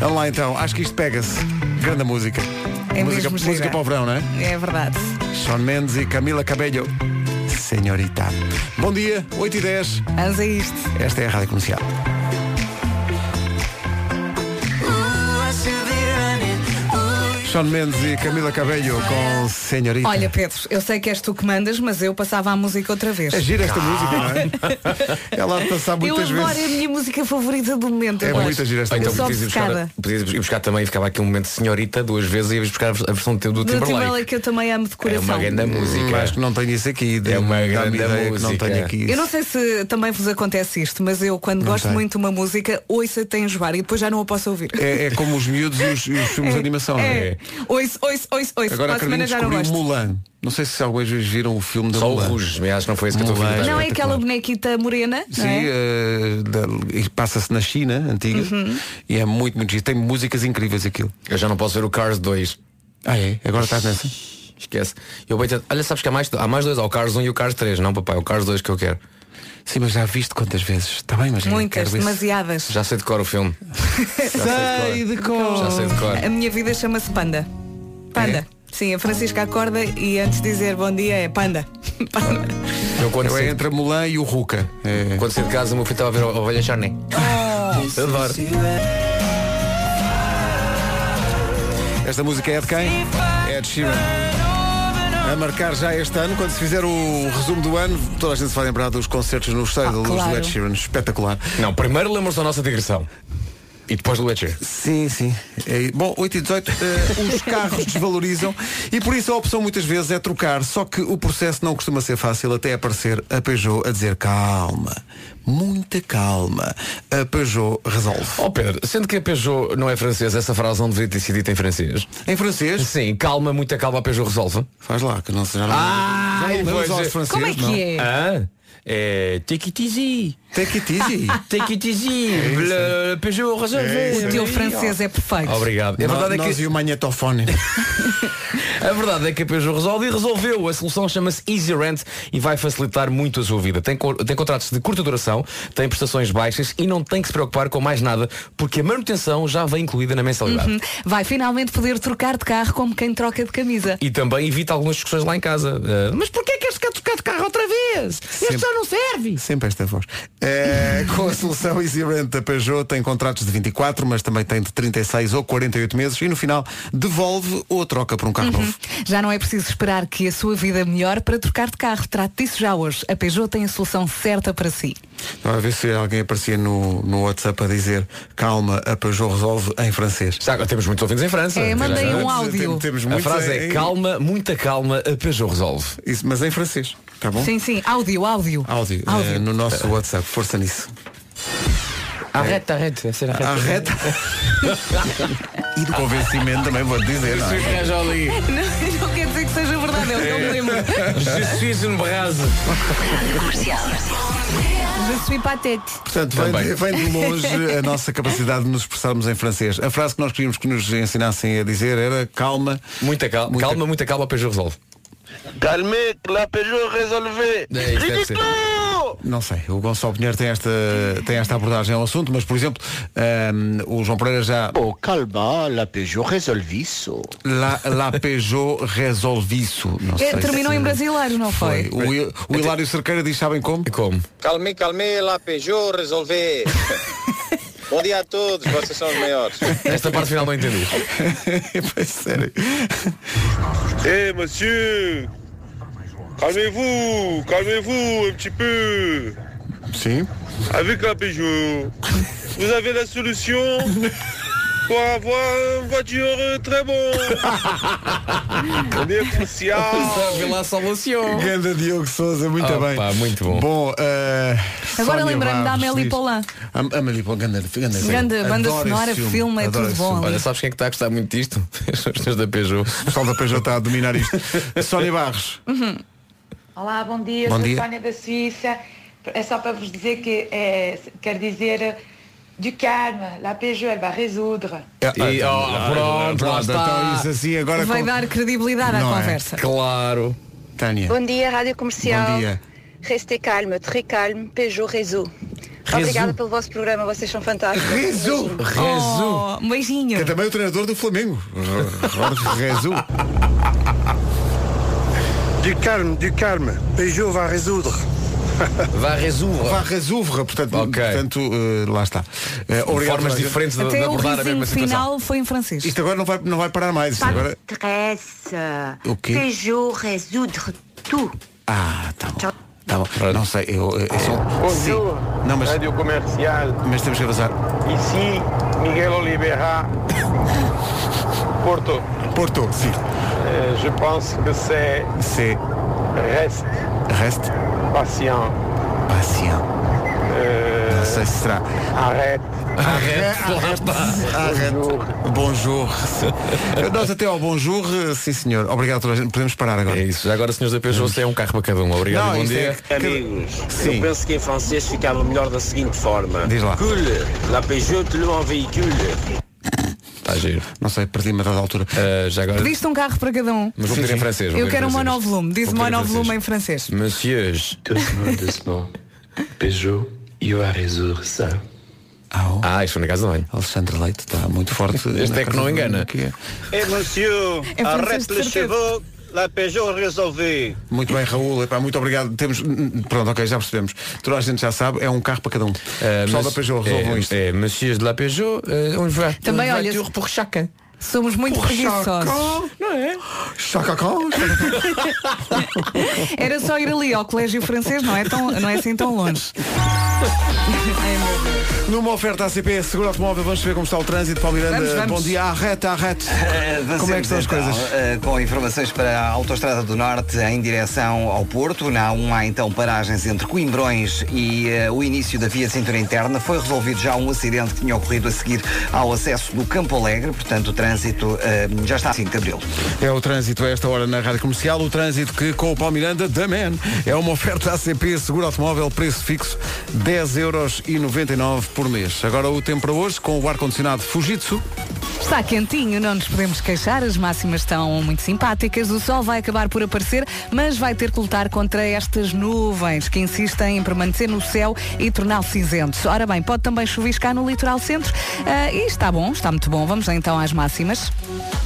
[SPEAKER 2] Vamos lá então, acho que isto pega-se. Grande música.
[SPEAKER 4] É
[SPEAKER 2] música,
[SPEAKER 4] mesmo gira.
[SPEAKER 2] música para o verão, não é?
[SPEAKER 4] É verdade.
[SPEAKER 2] Sean Mendes e Camila Cabello. Senhorita. Bom dia, 8 e 10.
[SPEAKER 4] Vamos a isto.
[SPEAKER 2] Esta é a Rádio Comercial. Sean Mendes e Camila Cabello com Senhorita.
[SPEAKER 4] Olha, Pedro, eu sei que és tu que mandas, mas eu passava a música outra vez.
[SPEAKER 2] É gira esta música, não é? Ela há de passar
[SPEAKER 4] Eu
[SPEAKER 2] muitas
[SPEAKER 4] adoro é
[SPEAKER 2] vezes.
[SPEAKER 4] a minha música favorita do momento.
[SPEAKER 2] É
[SPEAKER 4] eu
[SPEAKER 2] muita
[SPEAKER 4] acho.
[SPEAKER 2] gira esta
[SPEAKER 4] Eu
[SPEAKER 9] Então
[SPEAKER 2] música.
[SPEAKER 4] sou
[SPEAKER 9] podias ir, buscar,
[SPEAKER 4] obcecada.
[SPEAKER 9] podias ir buscar também, ficava aqui um momento de senhorita duas vezes e ias buscar a versão do
[SPEAKER 4] Do
[SPEAKER 9] Timberlake.
[SPEAKER 4] Timberlake que eu também amo de
[SPEAKER 9] É
[SPEAKER 4] coração.
[SPEAKER 9] uma grande música.
[SPEAKER 2] Acho que não tenho isso aqui.
[SPEAKER 9] É uma
[SPEAKER 2] Dá-me
[SPEAKER 9] grande
[SPEAKER 2] ideia que Não
[SPEAKER 9] música.
[SPEAKER 2] tenho aqui
[SPEAKER 4] Eu não
[SPEAKER 2] isso.
[SPEAKER 4] sei se também vos acontece isto, mas eu quando gosto
[SPEAKER 2] sei.
[SPEAKER 4] muito de uma música, ouço até enjoar e depois já não a posso ouvir.
[SPEAKER 2] É, é como os miúdos e os, e os filmes de animação, não é?
[SPEAKER 4] É. Ouço, ouço, ouço, ouço.
[SPEAKER 2] Agora
[SPEAKER 4] Para
[SPEAKER 2] a
[SPEAKER 4] a
[SPEAKER 2] Carolina
[SPEAKER 4] semana já não
[SPEAKER 2] descobriu
[SPEAKER 4] gosto.
[SPEAKER 2] Mulan. Não sei se alguns vezes viram o filme da
[SPEAKER 9] é Só o
[SPEAKER 2] Mulan.
[SPEAKER 9] Ruge, mas acho que não foi esse que eu estou a
[SPEAKER 2] Mulan.
[SPEAKER 9] ouvir.
[SPEAKER 4] Não é
[SPEAKER 2] Espetacular.
[SPEAKER 4] aquela bonequita morena,
[SPEAKER 2] Sim,
[SPEAKER 4] não é?
[SPEAKER 2] eh, da- e passa-se na China antiga e é muito, muito giro. Tem músicas incríveis aquilo.
[SPEAKER 9] Eu já não posso ver o Cars 2.
[SPEAKER 2] Ah é? Agora estás nessa?
[SPEAKER 9] Esquece. Eu bem, olha, sabes que há mais, há mais dois, há o Cars 1 e o Cars 3. Não, papai, é o Cars 2 que eu quero.
[SPEAKER 2] Sim, mas já viste quantas vezes? Está bem, mas eu
[SPEAKER 4] Muitas,
[SPEAKER 2] quero isso.
[SPEAKER 4] demasiadas.
[SPEAKER 9] Já sei de cor o filme.
[SPEAKER 2] Sei é. de cor.
[SPEAKER 9] Já sei de cor.
[SPEAKER 4] A minha vida chama-se Panda. Panda. Sim, a Francisca acorda e antes de dizer bom dia é Panda. Panda.
[SPEAKER 9] Eu quando
[SPEAKER 2] Eu é
[SPEAKER 9] saí,
[SPEAKER 2] entre a Mulan e o Ruka. É.
[SPEAKER 9] quando saí de casa, o meu filho estava a ver a ovelha Charney.
[SPEAKER 4] Ah.
[SPEAKER 9] Adoro.
[SPEAKER 2] Esta música é de quem? É de Sheeran. A marcar já este ano, quando se fizer o resumo do ano, toda a gente se vai lembrar dos concertos no Estádio da Luz do
[SPEAKER 4] claro.
[SPEAKER 2] Ed Sheeran. Espetacular.
[SPEAKER 9] Não, primeiro lembram-se da nossa digressão. E depois do Witcher.
[SPEAKER 2] Sim, sim. É, bom, 8 e 18, eh, os carros desvalorizam e por isso a opção muitas vezes é trocar, só que o processo não costuma ser fácil até aparecer a Peugeot a dizer calma, muita calma. A Peugeot resolve.
[SPEAKER 9] Oh Pedro, sendo que a Peugeot não é francesa, essa frase não deveria ter sido dita em francês.
[SPEAKER 2] Em francês,
[SPEAKER 9] Sim, calma, muita calma, a Peugeot resolve.
[SPEAKER 2] faz lá, que não seja
[SPEAKER 9] Ah,
[SPEAKER 2] já não
[SPEAKER 9] pois
[SPEAKER 2] lemos
[SPEAKER 9] é.
[SPEAKER 2] aos franceses,
[SPEAKER 4] Como é
[SPEAKER 2] não.
[SPEAKER 4] que é?
[SPEAKER 9] Ah, é take it easy.
[SPEAKER 2] Take it easy.
[SPEAKER 9] Take it
[SPEAKER 2] É
[SPEAKER 9] easy. Le Peugeot resolve.
[SPEAKER 4] O teu francês é perfeito.
[SPEAKER 9] Obrigado. A verdade, é
[SPEAKER 2] Nós
[SPEAKER 9] que,
[SPEAKER 2] e o magnetofone.
[SPEAKER 9] a verdade é que a Peugeot resolve e resolveu. A solução chama-se Easy Rent e vai facilitar muito a sua vida. Tem, co- tem contratos de curta duração, tem prestações baixas e não tem que se preocupar com mais nada, porque a manutenção já vem incluída na mensalidade.
[SPEAKER 4] Uhum. Vai finalmente poder trocar de carro como quem troca de camisa.
[SPEAKER 9] E também evita algumas discussões lá em casa. Ah, mas porquê que este quer trocar de carro outra vez? Este já não serve.
[SPEAKER 2] Sempre esta voz. É, com a solução Easy Rent da Peugeot tem contratos de 24, mas também tem de 36 ou 48 meses e no final devolve ou troca por um carro novo.
[SPEAKER 4] Já não é preciso esperar que a sua vida melhore para trocar de carro. Trate disso já hoje. A Peugeot tem a solução certa para si.
[SPEAKER 2] Estava a ver se alguém aparecia no, no WhatsApp a dizer calma, a Peugeot resolve em francês.
[SPEAKER 9] Já, temos muitos ouvintes em França.
[SPEAKER 4] É, mandei um
[SPEAKER 2] Temos-
[SPEAKER 4] áudio.
[SPEAKER 2] temos
[SPEAKER 9] A
[SPEAKER 2] muitos
[SPEAKER 9] frase é
[SPEAKER 2] em-
[SPEAKER 9] calma, muita calma, a Peugeot resolve.
[SPEAKER 2] Isso, mas em francês, tá bom?
[SPEAKER 4] Sim, sim, áudio, áudio.
[SPEAKER 2] Áudio, eh, no nosso WhatsApp, força nisso.
[SPEAKER 9] Arrête, arrête, c'est arrête.
[SPEAKER 2] À reta. e do convencimento também vou dizer. não é?
[SPEAKER 4] Não, não quer dizer que seja verdade, eu não me lembro.
[SPEAKER 9] Je suis une brase.
[SPEAKER 4] Je suis patete.
[SPEAKER 2] Portanto, vem,
[SPEAKER 9] Também.
[SPEAKER 2] vem de longe a nossa capacidade de nos expressarmos em francês. A frase que nós queríamos que nos ensinassem a dizer era calma.
[SPEAKER 9] Muita calma,
[SPEAKER 2] Muita-
[SPEAKER 9] calma, muita calma, a Peugeot resolve.
[SPEAKER 3] Calmez, la Peugeot résolvée.
[SPEAKER 9] É, isso deve ser.
[SPEAKER 2] Não sei, o Gonçalo Pinheiro tem esta, tem esta abordagem ao assunto, mas, por exemplo, ahm, o João Pereira já.
[SPEAKER 3] Oh, calma, la Peugeot résolvisso.
[SPEAKER 2] La, la Peugeot resolve isso. Não
[SPEAKER 4] É,
[SPEAKER 2] sei
[SPEAKER 4] terminou
[SPEAKER 2] se-
[SPEAKER 4] em brasileiro, não foi?
[SPEAKER 2] O, Hi- o Hilário Cerqueira diz: sabem como?
[SPEAKER 9] E Como?
[SPEAKER 3] Calmez, calmez, la Peugeot résolvée. Bom dia a todos, vocês são os maiores.
[SPEAKER 9] Esta parte final não entendi.
[SPEAKER 2] É, Pois, sério.
[SPEAKER 3] Eh, monsieur, calmez-vous, calmez-vous un petit peu.
[SPEAKER 2] Sim.
[SPEAKER 3] Avec la Peugeot, vous avez la solution pour avoir
[SPEAKER 2] Ah,
[SPEAKER 3] une voiture très bonne. Négociable.
[SPEAKER 9] Vê lá a solução.
[SPEAKER 2] Ganda Diogo Souza, Oh. muito
[SPEAKER 9] Opa,
[SPEAKER 2] bem.
[SPEAKER 9] muito bom.
[SPEAKER 2] Bom, eh,
[SPEAKER 4] Agora
[SPEAKER 2] Sónia
[SPEAKER 4] lembrei-me da
[SPEAKER 2] Barros
[SPEAKER 4] Amélie
[SPEAKER 2] diz-
[SPEAKER 4] Poulain.
[SPEAKER 2] Am- Amélie Poulain, ganda, ganda,
[SPEAKER 4] Ganda
[SPEAKER 2] filme.
[SPEAKER 4] banda
[SPEAKER 2] Adoro esse
[SPEAKER 4] sonora, filme, é
[SPEAKER 2] adoro
[SPEAKER 4] tudo
[SPEAKER 2] esse
[SPEAKER 4] bom.
[SPEAKER 2] filme.
[SPEAKER 9] Olha, sabes quem é que está a gostar muito disto? As pessoas da Peugeot.
[SPEAKER 2] O pessoal da Peugeot está a dominar isto. Sónia Barros.
[SPEAKER 10] Olá, bom dia,
[SPEAKER 2] Bom
[SPEAKER 10] sou
[SPEAKER 2] dia.
[SPEAKER 10] Sónia da Suíça. É só para vos dizer que é, quer dizer du calme, la Peugeot elle va résoudre.
[SPEAKER 9] E,
[SPEAKER 2] Ah,
[SPEAKER 9] oh, pronto,
[SPEAKER 2] Então
[SPEAKER 9] lá está.
[SPEAKER 2] isso assim agora
[SPEAKER 4] Vai
[SPEAKER 2] com-
[SPEAKER 4] dar um credibilidade à
[SPEAKER 2] Não é?
[SPEAKER 4] conversa.
[SPEAKER 9] Claro.
[SPEAKER 2] Tânia.
[SPEAKER 11] Bom dia, Rádio
[SPEAKER 2] Bom
[SPEAKER 11] Comercial.
[SPEAKER 2] dia.
[SPEAKER 11] Restez calme, très calme, Peugeot Réseau.
[SPEAKER 9] Réseau.
[SPEAKER 11] Obrigada pelo vosso programa, vocês são fantásticos.
[SPEAKER 2] Rezu.
[SPEAKER 9] Rezo.
[SPEAKER 4] Oh, um beijinho.
[SPEAKER 2] Que é também o treinador do Flamengo. Jorge Rezu.
[SPEAKER 3] Du calme, du calme. Peugeot va résoudre.
[SPEAKER 9] Oh. Varresuvra.
[SPEAKER 2] Varresuvra, portanto, portanto eh, lá está. Eh, obrigado,
[SPEAKER 9] Formas
[SPEAKER 2] Margarida.
[SPEAKER 9] diferentes de-
[SPEAKER 4] Até o risinho final foi em francês.
[SPEAKER 2] Isto agora não vai, não vai parar mais. Isto agora...
[SPEAKER 11] Patresse.
[SPEAKER 2] O quê?
[SPEAKER 11] Peugeot résoudre tout.
[SPEAKER 2] Ah, tá bom. Tá bom. Não sei, eu, eu, eu sou...
[SPEAKER 12] Bonjour,
[SPEAKER 2] Não, mas-
[SPEAKER 12] Rádio Comercial.
[SPEAKER 2] Mas temos que avançar.
[SPEAKER 12] Ici, Miguel Oliveira, Porto. eh,
[SPEAKER 2] Porto, sim.
[SPEAKER 12] je pense que c'est...
[SPEAKER 2] C'est...
[SPEAKER 12] Reste.
[SPEAKER 2] Reste.
[SPEAKER 12] Patient.
[SPEAKER 2] Patient.
[SPEAKER 9] Eh.
[SPEAKER 2] Não sei se será.
[SPEAKER 12] Arrête.
[SPEAKER 2] Bonjour. Nós até ao bonjour, eh, sim senhor. Obrigado a toda a gente. Podemos parar agora. É
[SPEAKER 9] isso. Agora, senhores da Peugeot, é um carro para cada um. Obrigado e bom dia.
[SPEAKER 7] Amigos,
[SPEAKER 9] Sim.
[SPEAKER 7] eu penso que em francês ficava melhor da seguinte forma.
[SPEAKER 2] Diz lá.
[SPEAKER 7] Cool, la Peugeot le mon véhicule.
[SPEAKER 9] Está Tá giro. Eh,
[SPEAKER 2] Não sei, perdi-me a dada altura.
[SPEAKER 9] já agora.
[SPEAKER 4] Pediste um carro para cada um.
[SPEAKER 9] Mas vou pedir em francês. vou
[SPEAKER 4] Eu
[SPEAKER 9] pedir é- em
[SPEAKER 4] quero um
[SPEAKER 9] francês.
[SPEAKER 4] monovolume. Diz
[SPEAKER 9] Vou pedir em
[SPEAKER 4] monovolume em francês.
[SPEAKER 9] Messieurs.
[SPEAKER 13] Doucement, doucement. Peugeot, you are résoudre ça.
[SPEAKER 9] Ah, isso foi na casa da mãe.
[SPEAKER 2] Alexandre Leite está muito forte.
[SPEAKER 9] Este é que não engana.
[SPEAKER 12] Eh, monsieur,
[SPEAKER 2] É francês,
[SPEAKER 12] arrête
[SPEAKER 2] de
[SPEAKER 12] les
[SPEAKER 2] certeza.
[SPEAKER 12] chevaux, la Peugeot résolvée.
[SPEAKER 2] Muito bem, Raul. Epá, muito obrigado. Temos. Pronto, ok, já percebemos. Toda a gente já sabe, é um carro para cada um.
[SPEAKER 9] Eh,
[SPEAKER 2] Pessoal da
[SPEAKER 9] mas-
[SPEAKER 2] Peugeot, resolvam
[SPEAKER 9] eh,
[SPEAKER 2] isto.
[SPEAKER 9] eh, Messieurs de la Peugeot, eh, on va.
[SPEAKER 4] Também,
[SPEAKER 9] on va
[SPEAKER 4] olha,
[SPEAKER 9] tour pour chacun.
[SPEAKER 4] Somos muito
[SPEAKER 9] Por
[SPEAKER 4] preguiçosos.
[SPEAKER 9] chacão.
[SPEAKER 4] Não é?
[SPEAKER 2] Chacacão.
[SPEAKER 4] Era só ir ali ao colégio francês, não é, tão, não é assim tão longe.
[SPEAKER 2] Numa oferta ACP, seguro automóvel, vamos ver como está o trânsito. Paulo Miranda,
[SPEAKER 14] Vamos, vamos.
[SPEAKER 2] bom dia. Arrete, arrete.
[SPEAKER 14] Avancemos
[SPEAKER 2] como é que estão
[SPEAKER 14] Eh,
[SPEAKER 2] as
[SPEAKER 14] então,
[SPEAKER 2] coisas?
[SPEAKER 14] eh, com informações para a Autostrada do Norte em direção ao Porto. Na A1 há então paragens entre Coimbrões e eh, o início da via cintura interna. Foi resolvido já um acidente que tinha ocorrido a seguir ao acesso do Campo Alegre, portanto o trânsito eh, já está a 5 de Abril.
[SPEAKER 2] É o trânsito a esta hora na Rádio Comercial, o trânsito que com o Paulo Miranda, da Man, é uma oferta ACP Seguro Automóvel, preço fixo, 10,99€ por mês. Agora o tempo para hoje, com o ar-condicionado Fujitsu.
[SPEAKER 4] Está quentinho, não nos podemos queixar, as máximas estão muito simpáticas, o sol vai acabar por aparecer, mas vai ter que lutar contra estas nuvens que insistem em permanecer no céu e torná-lo cinzento. Ora bem, pode também chuviscar no litoral centro ah, e está bom, está muito bom. Vamos então às máximas.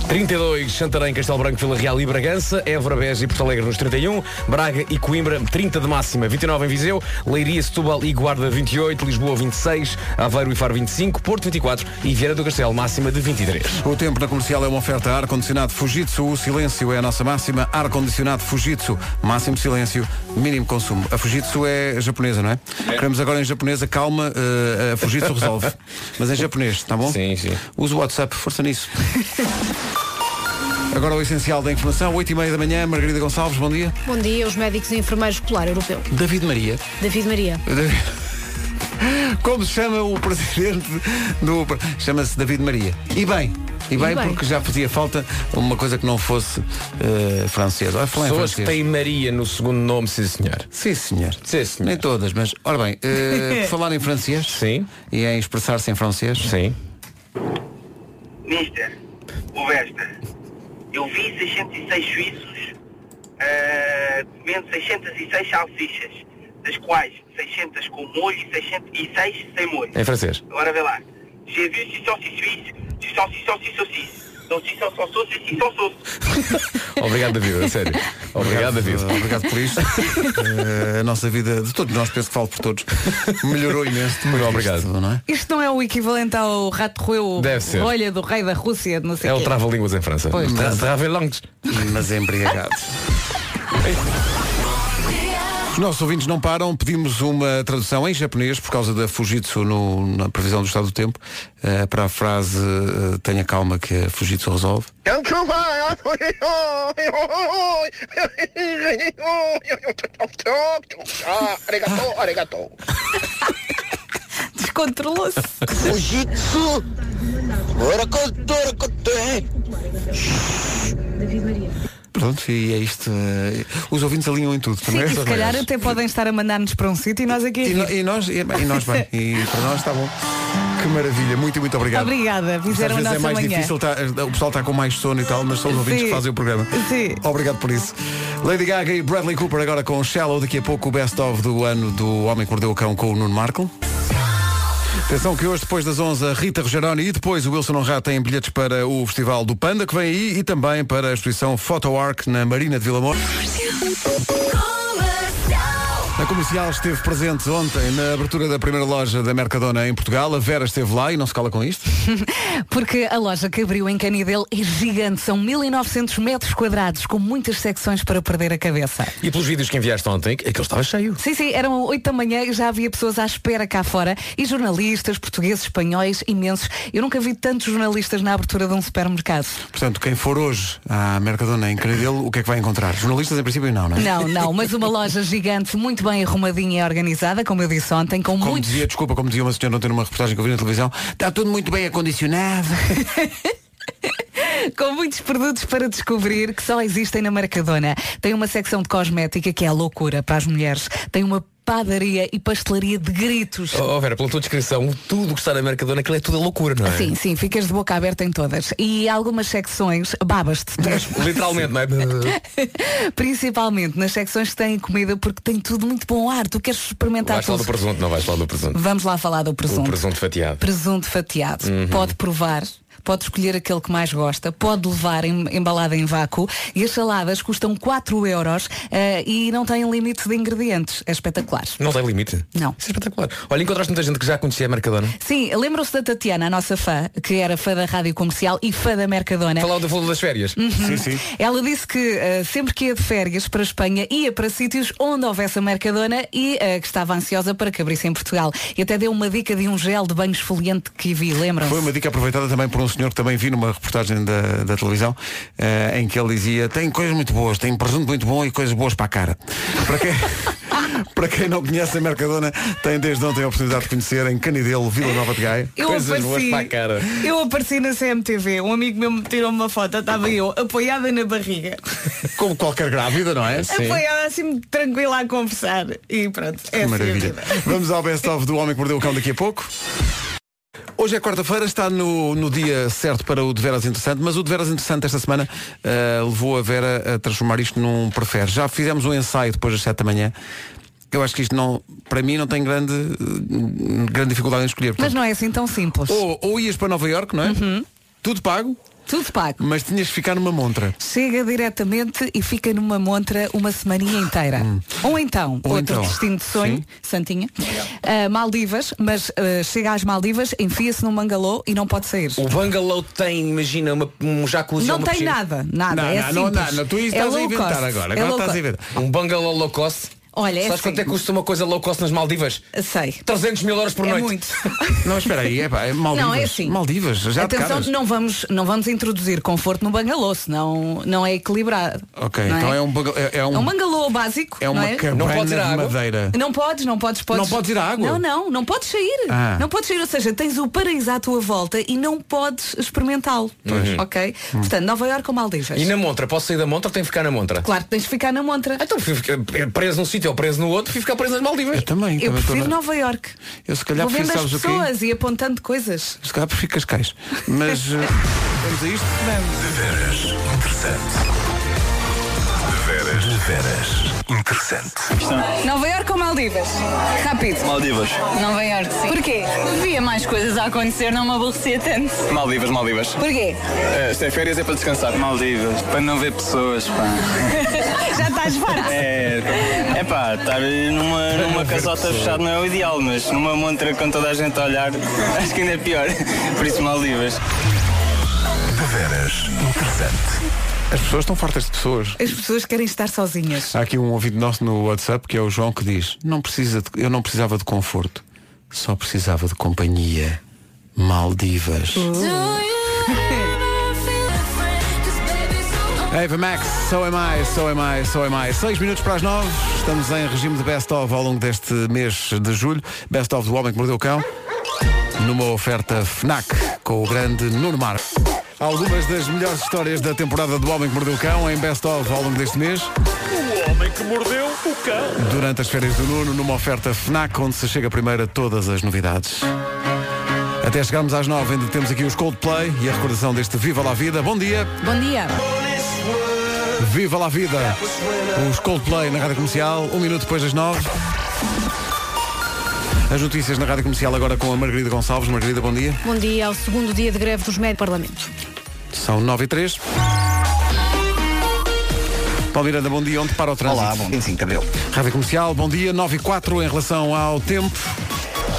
[SPEAKER 9] 32, Santarém, Castelo Branco, Vila Real e Bragança, Évora, Beja e Porto Alegre nos 31, Braga e Coimbra 30 de máxima, 29 em Viseu, Leiria, Setúbal e Guarda 28, Lisboa 26, Aveiro e Faro 25, Porto 24 e Vieira do Castelo máxima de 23.
[SPEAKER 2] O tempo na comercial é uma oferta ar-condicionado Fujitsu. O silêncio é a nossa máxima. Ar-condicionado Fujitsu. Máximo silêncio, mínimo consumo. A Fujitsu é japonesa, não é? Queremos agora em japonesa, calma, eh, a Fujitsu resolve. Mas em japonês, tá bom? Sim, sim. Usa o WhatsApp, força nisso. Agora o essencial da informação, 8h30 da manhã, Margarida Gonçalves, bom dia.
[SPEAKER 1] Bom dia, os médicos e enfermeiros escolar europeu.
[SPEAKER 2] David Maria.
[SPEAKER 1] David Maria.
[SPEAKER 2] Eh. Como se chama o presidente do. Chama-se David Maria. E bem. E bem,
[SPEAKER 1] E bem.
[SPEAKER 2] porque já fazia falta uma coisa que não fosse eh, francesa. Olha, falar em
[SPEAKER 9] Pessoas que
[SPEAKER 2] francês.
[SPEAKER 9] têm Maria no segundo nome, sim senhor.
[SPEAKER 2] Sim senhor.
[SPEAKER 9] Sim senhor.
[SPEAKER 2] Nem todas, mas. Ora bem, eh, por falar em francês. Sim. E em expressar-se em francês.
[SPEAKER 9] Sim.
[SPEAKER 3] Mister, o esta. Eu vi 606 suíços ah, comendo 606 salsichas, das quais 600 com molho e 606 sem molho.
[SPEAKER 9] Em francês.
[SPEAKER 3] Agora vê lá. J'ai vu 606 suíços, 606 saucisses. Não, 606 saucisses, 606
[SPEAKER 9] Obrigado, David, a sério. Obrigado, David.
[SPEAKER 2] Obrigado por isto. Eh, a nossa vida, de todos nós, penso que falo por todos, melhorou imenso. Muito obrigado. não é?
[SPEAKER 4] Isto não é o equivalente ao rato roeu
[SPEAKER 2] Deve ser.
[SPEAKER 4] olha do rei da Rússia, de não sei
[SPEAKER 9] É o
[SPEAKER 4] quê.
[SPEAKER 9] trava-línguas em França.
[SPEAKER 4] Pois.
[SPEAKER 9] Tra- Trava-langues.
[SPEAKER 2] Mas é embriagado. Os nossos ouvintes não param, pedimos uma tradução em japonês por causa da Fujitsu no- na previsão do estado do tempo eh, para a frase eh, tenha calma que a Fujitsu resolve.
[SPEAKER 3] Arigatou, arigatou.
[SPEAKER 4] Descontrolou-se.
[SPEAKER 3] Fujitsu.
[SPEAKER 4] David Maria.
[SPEAKER 2] Pronto, e é isto. eh, Os ouvintes alinham em tudo.
[SPEAKER 4] Sim,
[SPEAKER 2] também. é.
[SPEAKER 4] e se calhar até podem estar a mandar-nos para um sítio e nós aqui.
[SPEAKER 2] E, no- e nós, e, e nós bem, e para nós está bom. Que maravilha, muito, muito obrigado.
[SPEAKER 4] Obrigada, fizeram
[SPEAKER 2] Às vezes
[SPEAKER 4] a
[SPEAKER 2] é
[SPEAKER 4] nossa
[SPEAKER 2] mais
[SPEAKER 4] manhã.
[SPEAKER 2] difícil, tá- o pessoal está com mais sono e tal, mas são os ouvintes
[SPEAKER 4] Sim.
[SPEAKER 2] que fazem o programa.
[SPEAKER 4] Sim.
[SPEAKER 2] Obrigado por isso. Lady Gaga e Bradley Cooper agora com Shallow, daqui a pouco o best of do ano do Homem que Mordeu o Cão com o Nuno Marco. Atenção que hoje, depois das 11, a Rita Rogeroni e depois o Wilson Honrá têm bilhetes para o Festival do Panda, que vem aí, e também para a exposição Photo Arc na Marina de Vila Moura. A comercial esteve presente ontem na abertura da primeira loja da Mercadona em Portugal. A Vera esteve lá e não se cala com isto.
[SPEAKER 4] Porque a loja que abriu em Canidel é gigante, são 1900 metros quadrados, com muitas secções para perder a cabeça.
[SPEAKER 7] E pelos vídeos que enviaste ontem, aquilo estava cheio.
[SPEAKER 4] Sim, sim, eram 8 da manhã e já havia pessoas à espera cá fora. E jornalistas, portugueses, espanhóis, imensos. Eu nunca vi tantos jornalistas na abertura de um supermercado.
[SPEAKER 2] Portanto, quem for hoje à Mercadona em Canidelo, o que é que vai encontrar? Jornalistas em princípio não, não é?
[SPEAKER 4] Não, não, mas uma loja gigante, muito bem arrumadinha e organizada, como eu disse ontem, com
[SPEAKER 2] Como
[SPEAKER 4] muitos.
[SPEAKER 2] dizia, desculpa, como dizia uma senhora ontem numa reportagem que eu vi na televisão, está tudo muito bem acondicionado.
[SPEAKER 4] Com muitos produtos para descobrir que só existem na Mercadona. Tem uma secção de cosmética que é a loucura para as mulheres. Tem uma padaria e pastelaria de gritos.
[SPEAKER 7] Oh, oh, Vera, pela tua descrição, tudo que está na Mercadona, aquilo é tudo a loucura, não é?
[SPEAKER 4] Sim, sim, ficas de boca aberta em todas. E algumas secções, babas-te.
[SPEAKER 7] Literalmente, não é?
[SPEAKER 4] Tá Principalmente nas secções que têm comida, porque tem tudo muito bom ar. Tu queres experimentar
[SPEAKER 7] Vais falar
[SPEAKER 4] tudo.
[SPEAKER 7] do presunto, não vais falar do presunto.
[SPEAKER 4] Vamos lá falar do
[SPEAKER 7] O
[SPEAKER 4] presunto.
[SPEAKER 7] presunto fatiado.
[SPEAKER 4] Presunto fatiado.
[SPEAKER 7] Uhum.
[SPEAKER 4] Pode provar. Pode escolher aquele que mais gosta, pode levar em- embalada em vácuo e as saladas custam 4 euros eh, e não têm limite de ingredientes. É espetacular.
[SPEAKER 7] Não tem limite.
[SPEAKER 4] Não.
[SPEAKER 7] Isso é espetacular. Olha, encontraste muita gente que já conhecia a Mercadona.
[SPEAKER 4] Sim, lembram-se da Tatiana, a nossa fã, que era fã da rádio comercial e fã da Mercadona.
[SPEAKER 7] Falou, da- falou das férias.
[SPEAKER 4] É. Uhum. Ela disse que eh, sempre que ia de férias para a Espanha ia para sítios onde houvesse a Mercadona e eh, que estava ansiosa para que abrisse em Portugal. E até deu uma dica de um gel de banho esfoliante que vi, lembram-se?
[SPEAKER 2] Foi uma dica aproveitada também por um senhor que também vi numa reportagem da, da televisão, eh, em que ele dizia, tem coisas muito boas, tem presunto muito bom e coisas boas para a cara. Para quem, para quem não conhece a Mercadona, tem desde ontem a oportunidade de conhecer em Canidelo, Vila Nova de Gaia.
[SPEAKER 4] Eu apareci, eu apareci na CMTV, um amigo meu me tirou uma foto, estava eu apoiada na barriga,
[SPEAKER 2] Como qualquer grávida, não é?
[SPEAKER 4] apoiada assim tranquila a conversar e pronto, é
[SPEAKER 2] Que
[SPEAKER 4] assim a
[SPEAKER 2] maravilha.
[SPEAKER 4] vida.
[SPEAKER 2] Vamos ao best of do Homem que Mordeu o Cão daqui a pouco. Hoje é quarta-feira, está no, no dia certo para o de Veras Interessante, mas o de Veras Interessante esta semana eh, levou a Vera a transformar isto num prefere. Já fizemos um ensaio depois das 7 da manhã. Eu acho que isto não, para mim, não tem grande, eh, grande dificuldade em escolher.
[SPEAKER 4] Mas
[SPEAKER 2] Portanto,
[SPEAKER 4] não Uhum. é assim tão simples.
[SPEAKER 2] ou, ou ias para Nova Iorque, não é? Tudo pago.
[SPEAKER 4] Tudo pago.
[SPEAKER 2] Mas tinhas que ficar numa montra.
[SPEAKER 4] Chega diretamente e fica numa montra uma semaninha inteira. Ou então,
[SPEAKER 2] Hum. Ou
[SPEAKER 4] outro
[SPEAKER 2] então.
[SPEAKER 4] destino de sonho,
[SPEAKER 2] Sim.
[SPEAKER 4] Santinha, ah, Maldivas, mas ah, chega às Maldivas, enfia-se num bangalô e não pode sair.
[SPEAKER 7] O Bangalô tem, imagina, uma, um jacuzzi.
[SPEAKER 4] Não
[SPEAKER 7] ou uma
[SPEAKER 4] tem
[SPEAKER 7] piscina.
[SPEAKER 4] nada, nada, é
[SPEAKER 2] tá,
[SPEAKER 4] simples. É low cost, é low cost.
[SPEAKER 7] Um bangalô low cost.
[SPEAKER 4] Olha, é
[SPEAKER 7] Sabes
[SPEAKER 4] assim.
[SPEAKER 7] quanto é que custa uma coisa low cost nas Maldivas?
[SPEAKER 4] Ah, Sei.
[SPEAKER 7] 300 mil euros por
[SPEAKER 4] É
[SPEAKER 7] noite.
[SPEAKER 4] muito.
[SPEAKER 2] Não, espera aí, é, pá, é Maldivas.
[SPEAKER 4] Não, é assim.
[SPEAKER 2] Maldivas, já de
[SPEAKER 4] Atenção,
[SPEAKER 2] caras.
[SPEAKER 4] não vamos, não vamos introduzir conforto no bangalô, senão não é equilibrado.
[SPEAKER 2] Ok,
[SPEAKER 4] não
[SPEAKER 2] então é um, baga- é, é
[SPEAKER 4] É um bangalô básico.
[SPEAKER 2] É uma
[SPEAKER 4] não é?
[SPEAKER 2] cabana Não podes ir à de água? madeira.
[SPEAKER 4] Não podes, não podes, podes.
[SPEAKER 2] Não podes ir à água?
[SPEAKER 4] Não, não, não podes sair.
[SPEAKER 2] Ah.
[SPEAKER 4] Não podes sair, ou seja, tens o paraíso à tua volta e não podes experimentá-lo.
[SPEAKER 7] Pois.
[SPEAKER 4] Ok?
[SPEAKER 2] Uhum.
[SPEAKER 4] Portanto, Nova Iorque ou Maldivas.
[SPEAKER 7] E na montra? Posso sair da montra ou tenho que ficar na montra?
[SPEAKER 4] Claro que tens de ficar na montra.
[SPEAKER 2] Ah,
[SPEAKER 7] Então, fui ficar preso num sítio ou preso no outro, fui ficar preso nas
[SPEAKER 4] Então,
[SPEAKER 7] Maldivas. Eu
[SPEAKER 2] também.
[SPEAKER 4] Eu
[SPEAKER 2] também estou
[SPEAKER 4] prefiro
[SPEAKER 2] então na-
[SPEAKER 4] Nova Iorque.
[SPEAKER 2] Eu se calhar
[SPEAKER 4] Vou vendo
[SPEAKER 2] prefiro,
[SPEAKER 4] as
[SPEAKER 2] sabes o quê?
[SPEAKER 4] pessoas e apontando coisas.
[SPEAKER 2] Se calhar prefiro Cascais. Mas eh, vamos a isto?
[SPEAKER 5] De veras interessante. De veras. De veras interessante.
[SPEAKER 4] Nova Iorque ou Maldivas? Rápido.
[SPEAKER 15] Maldivas.
[SPEAKER 16] Nova Iorque, sim. Porquê? Havia mais coisas a acontecer, não me aborrecia tanto.
[SPEAKER 15] Maldivas, Maldivas.
[SPEAKER 16] Porquê?
[SPEAKER 15] É, se tem férias é para descansar. Maldivas. Para não ver pessoas, pá.
[SPEAKER 16] Já estás farto.
[SPEAKER 15] É, é pá, estar numa, numa casota fechada não é o ideal, mas numa montra com toda a gente a olhar, acho que ainda é pior. Por isso, Maldivas.
[SPEAKER 5] De veras interessante.
[SPEAKER 2] As pessoas estão fartas de pessoas.
[SPEAKER 4] As pessoas querem estar sozinhas.
[SPEAKER 2] Há aqui um ouvido nosso no WhatsApp que é o João que diz não precisa de- eu não precisava de conforto, só precisava de companhia. Maldivas. Ava Max, so am I, so am I, so am I. Seis minutos para as nove. Estamos em regime de best-of ao longo deste mês de julho. Best-of do Homem que Mordeu o Cão. Numa oferta FNAC com o grande Nuno Mar. Algumas das melhores histórias da temporada do Homem que Mordeu o Cão em best-of ao longo deste mês.
[SPEAKER 17] O homem que mordeu o cão.
[SPEAKER 2] Durante as férias do Nuno, numa oferta FNAC, onde se chega primeiro a todas as novidades. Até chegarmos às nove, ainda temos aqui os Coldplay e a recordação deste Viva lá Vida. Bom dia!
[SPEAKER 4] Bom dia.
[SPEAKER 2] Viva lá Vida! Os Coldplay na Rádio Comercial, um minuto depois das nove. As notícias na Rádio Comercial agora com a Margarida Gonçalves. Margarida, bom dia.
[SPEAKER 1] Bom dia ao segundo dia de greve dos médicos do Parlamento.
[SPEAKER 2] São nove e três. Paulo Miranda, bom dia. Onde para o trânsito? Olá, bom
[SPEAKER 3] 25 de Abril.
[SPEAKER 2] Rádio Comercial, bom dia. 9 e 4 em relação ao tempo.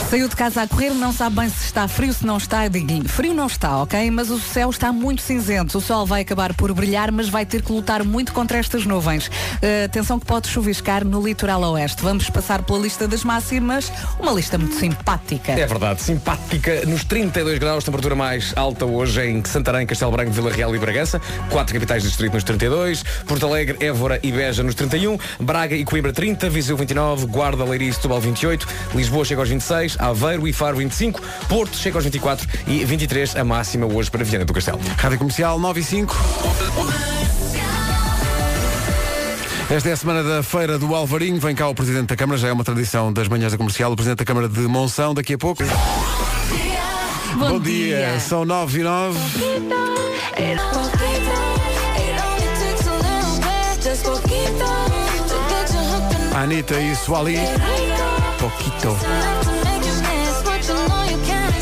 [SPEAKER 4] Saiu de casa a correr, não sabe bem se está frio, se não está, eu digo-lhe, frio não está, ok? Mas o céu está muito cinzento, o sol vai acabar por brilhar, mas vai ter que lutar muito contra estas nuvens. Eh, atenção que pode chuviscar no litoral oeste. Vamos passar pela lista das máximas, uma lista muito simpática.
[SPEAKER 7] É verdade, simpática. Nos 32 graus, temperatura mais alta hoje em Santarém, Castelo Branco, Vila Real e Bragança. Quatro capitais do distrito nos 32. Porto Alegre, Évora e Beja nos 31. Braga e Coimbra 30. Viseu 29. Guarda, Leiria e Setúbal 28. Lisboa chega aos 26. Aveiro e Faro 25. Porto chega aos 24. E 23 a máxima hoje para Viana do Castelo.
[SPEAKER 2] Rádio Comercial 9 e 5. Esta é a semana da Feira do Alvarinho. Vem cá o Presidente da Câmara, já é uma tradição das manhãs da comercial. O Presidente da Câmara de Monção, daqui a pouco. Bom, dia. são 9 e 9. Anitta e Suali. Poquito.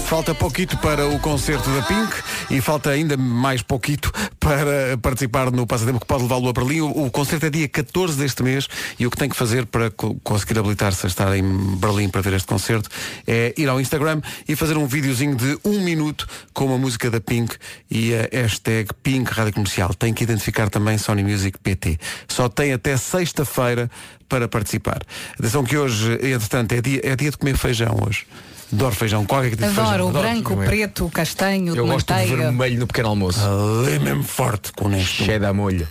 [SPEAKER 2] Falta pouquito para o concerto da Pink e falta ainda mais pouquito para participar no Passatempo que pode levá-lo a Berlim. O, o concerto é dia 14 deste mês e o que tem que fazer para co- conseguir habilitar-se a estar em Berlim para ver este concerto é ir ao Instagram e fazer um videozinho de um minuto com uma música da Pink e a hashtag Pink Rádio Comercial. Tem que identificar também Sony Music PT. Só tem até sexta-feira para participar. Atenção que hoje, entretanto, é dia, é dia de comer feijão hoje. Adoro feijão, qual é que diz feijão?
[SPEAKER 4] Adoro o
[SPEAKER 2] Adoro
[SPEAKER 4] branco, o
[SPEAKER 2] comer.
[SPEAKER 4] preto, o castanho,
[SPEAKER 2] Eu
[SPEAKER 4] de
[SPEAKER 2] gosto de
[SPEAKER 4] manteiga.
[SPEAKER 7] Vermelho no pequeno almoço.
[SPEAKER 2] Ali mesmo forte com este. Cheio
[SPEAKER 7] da molho.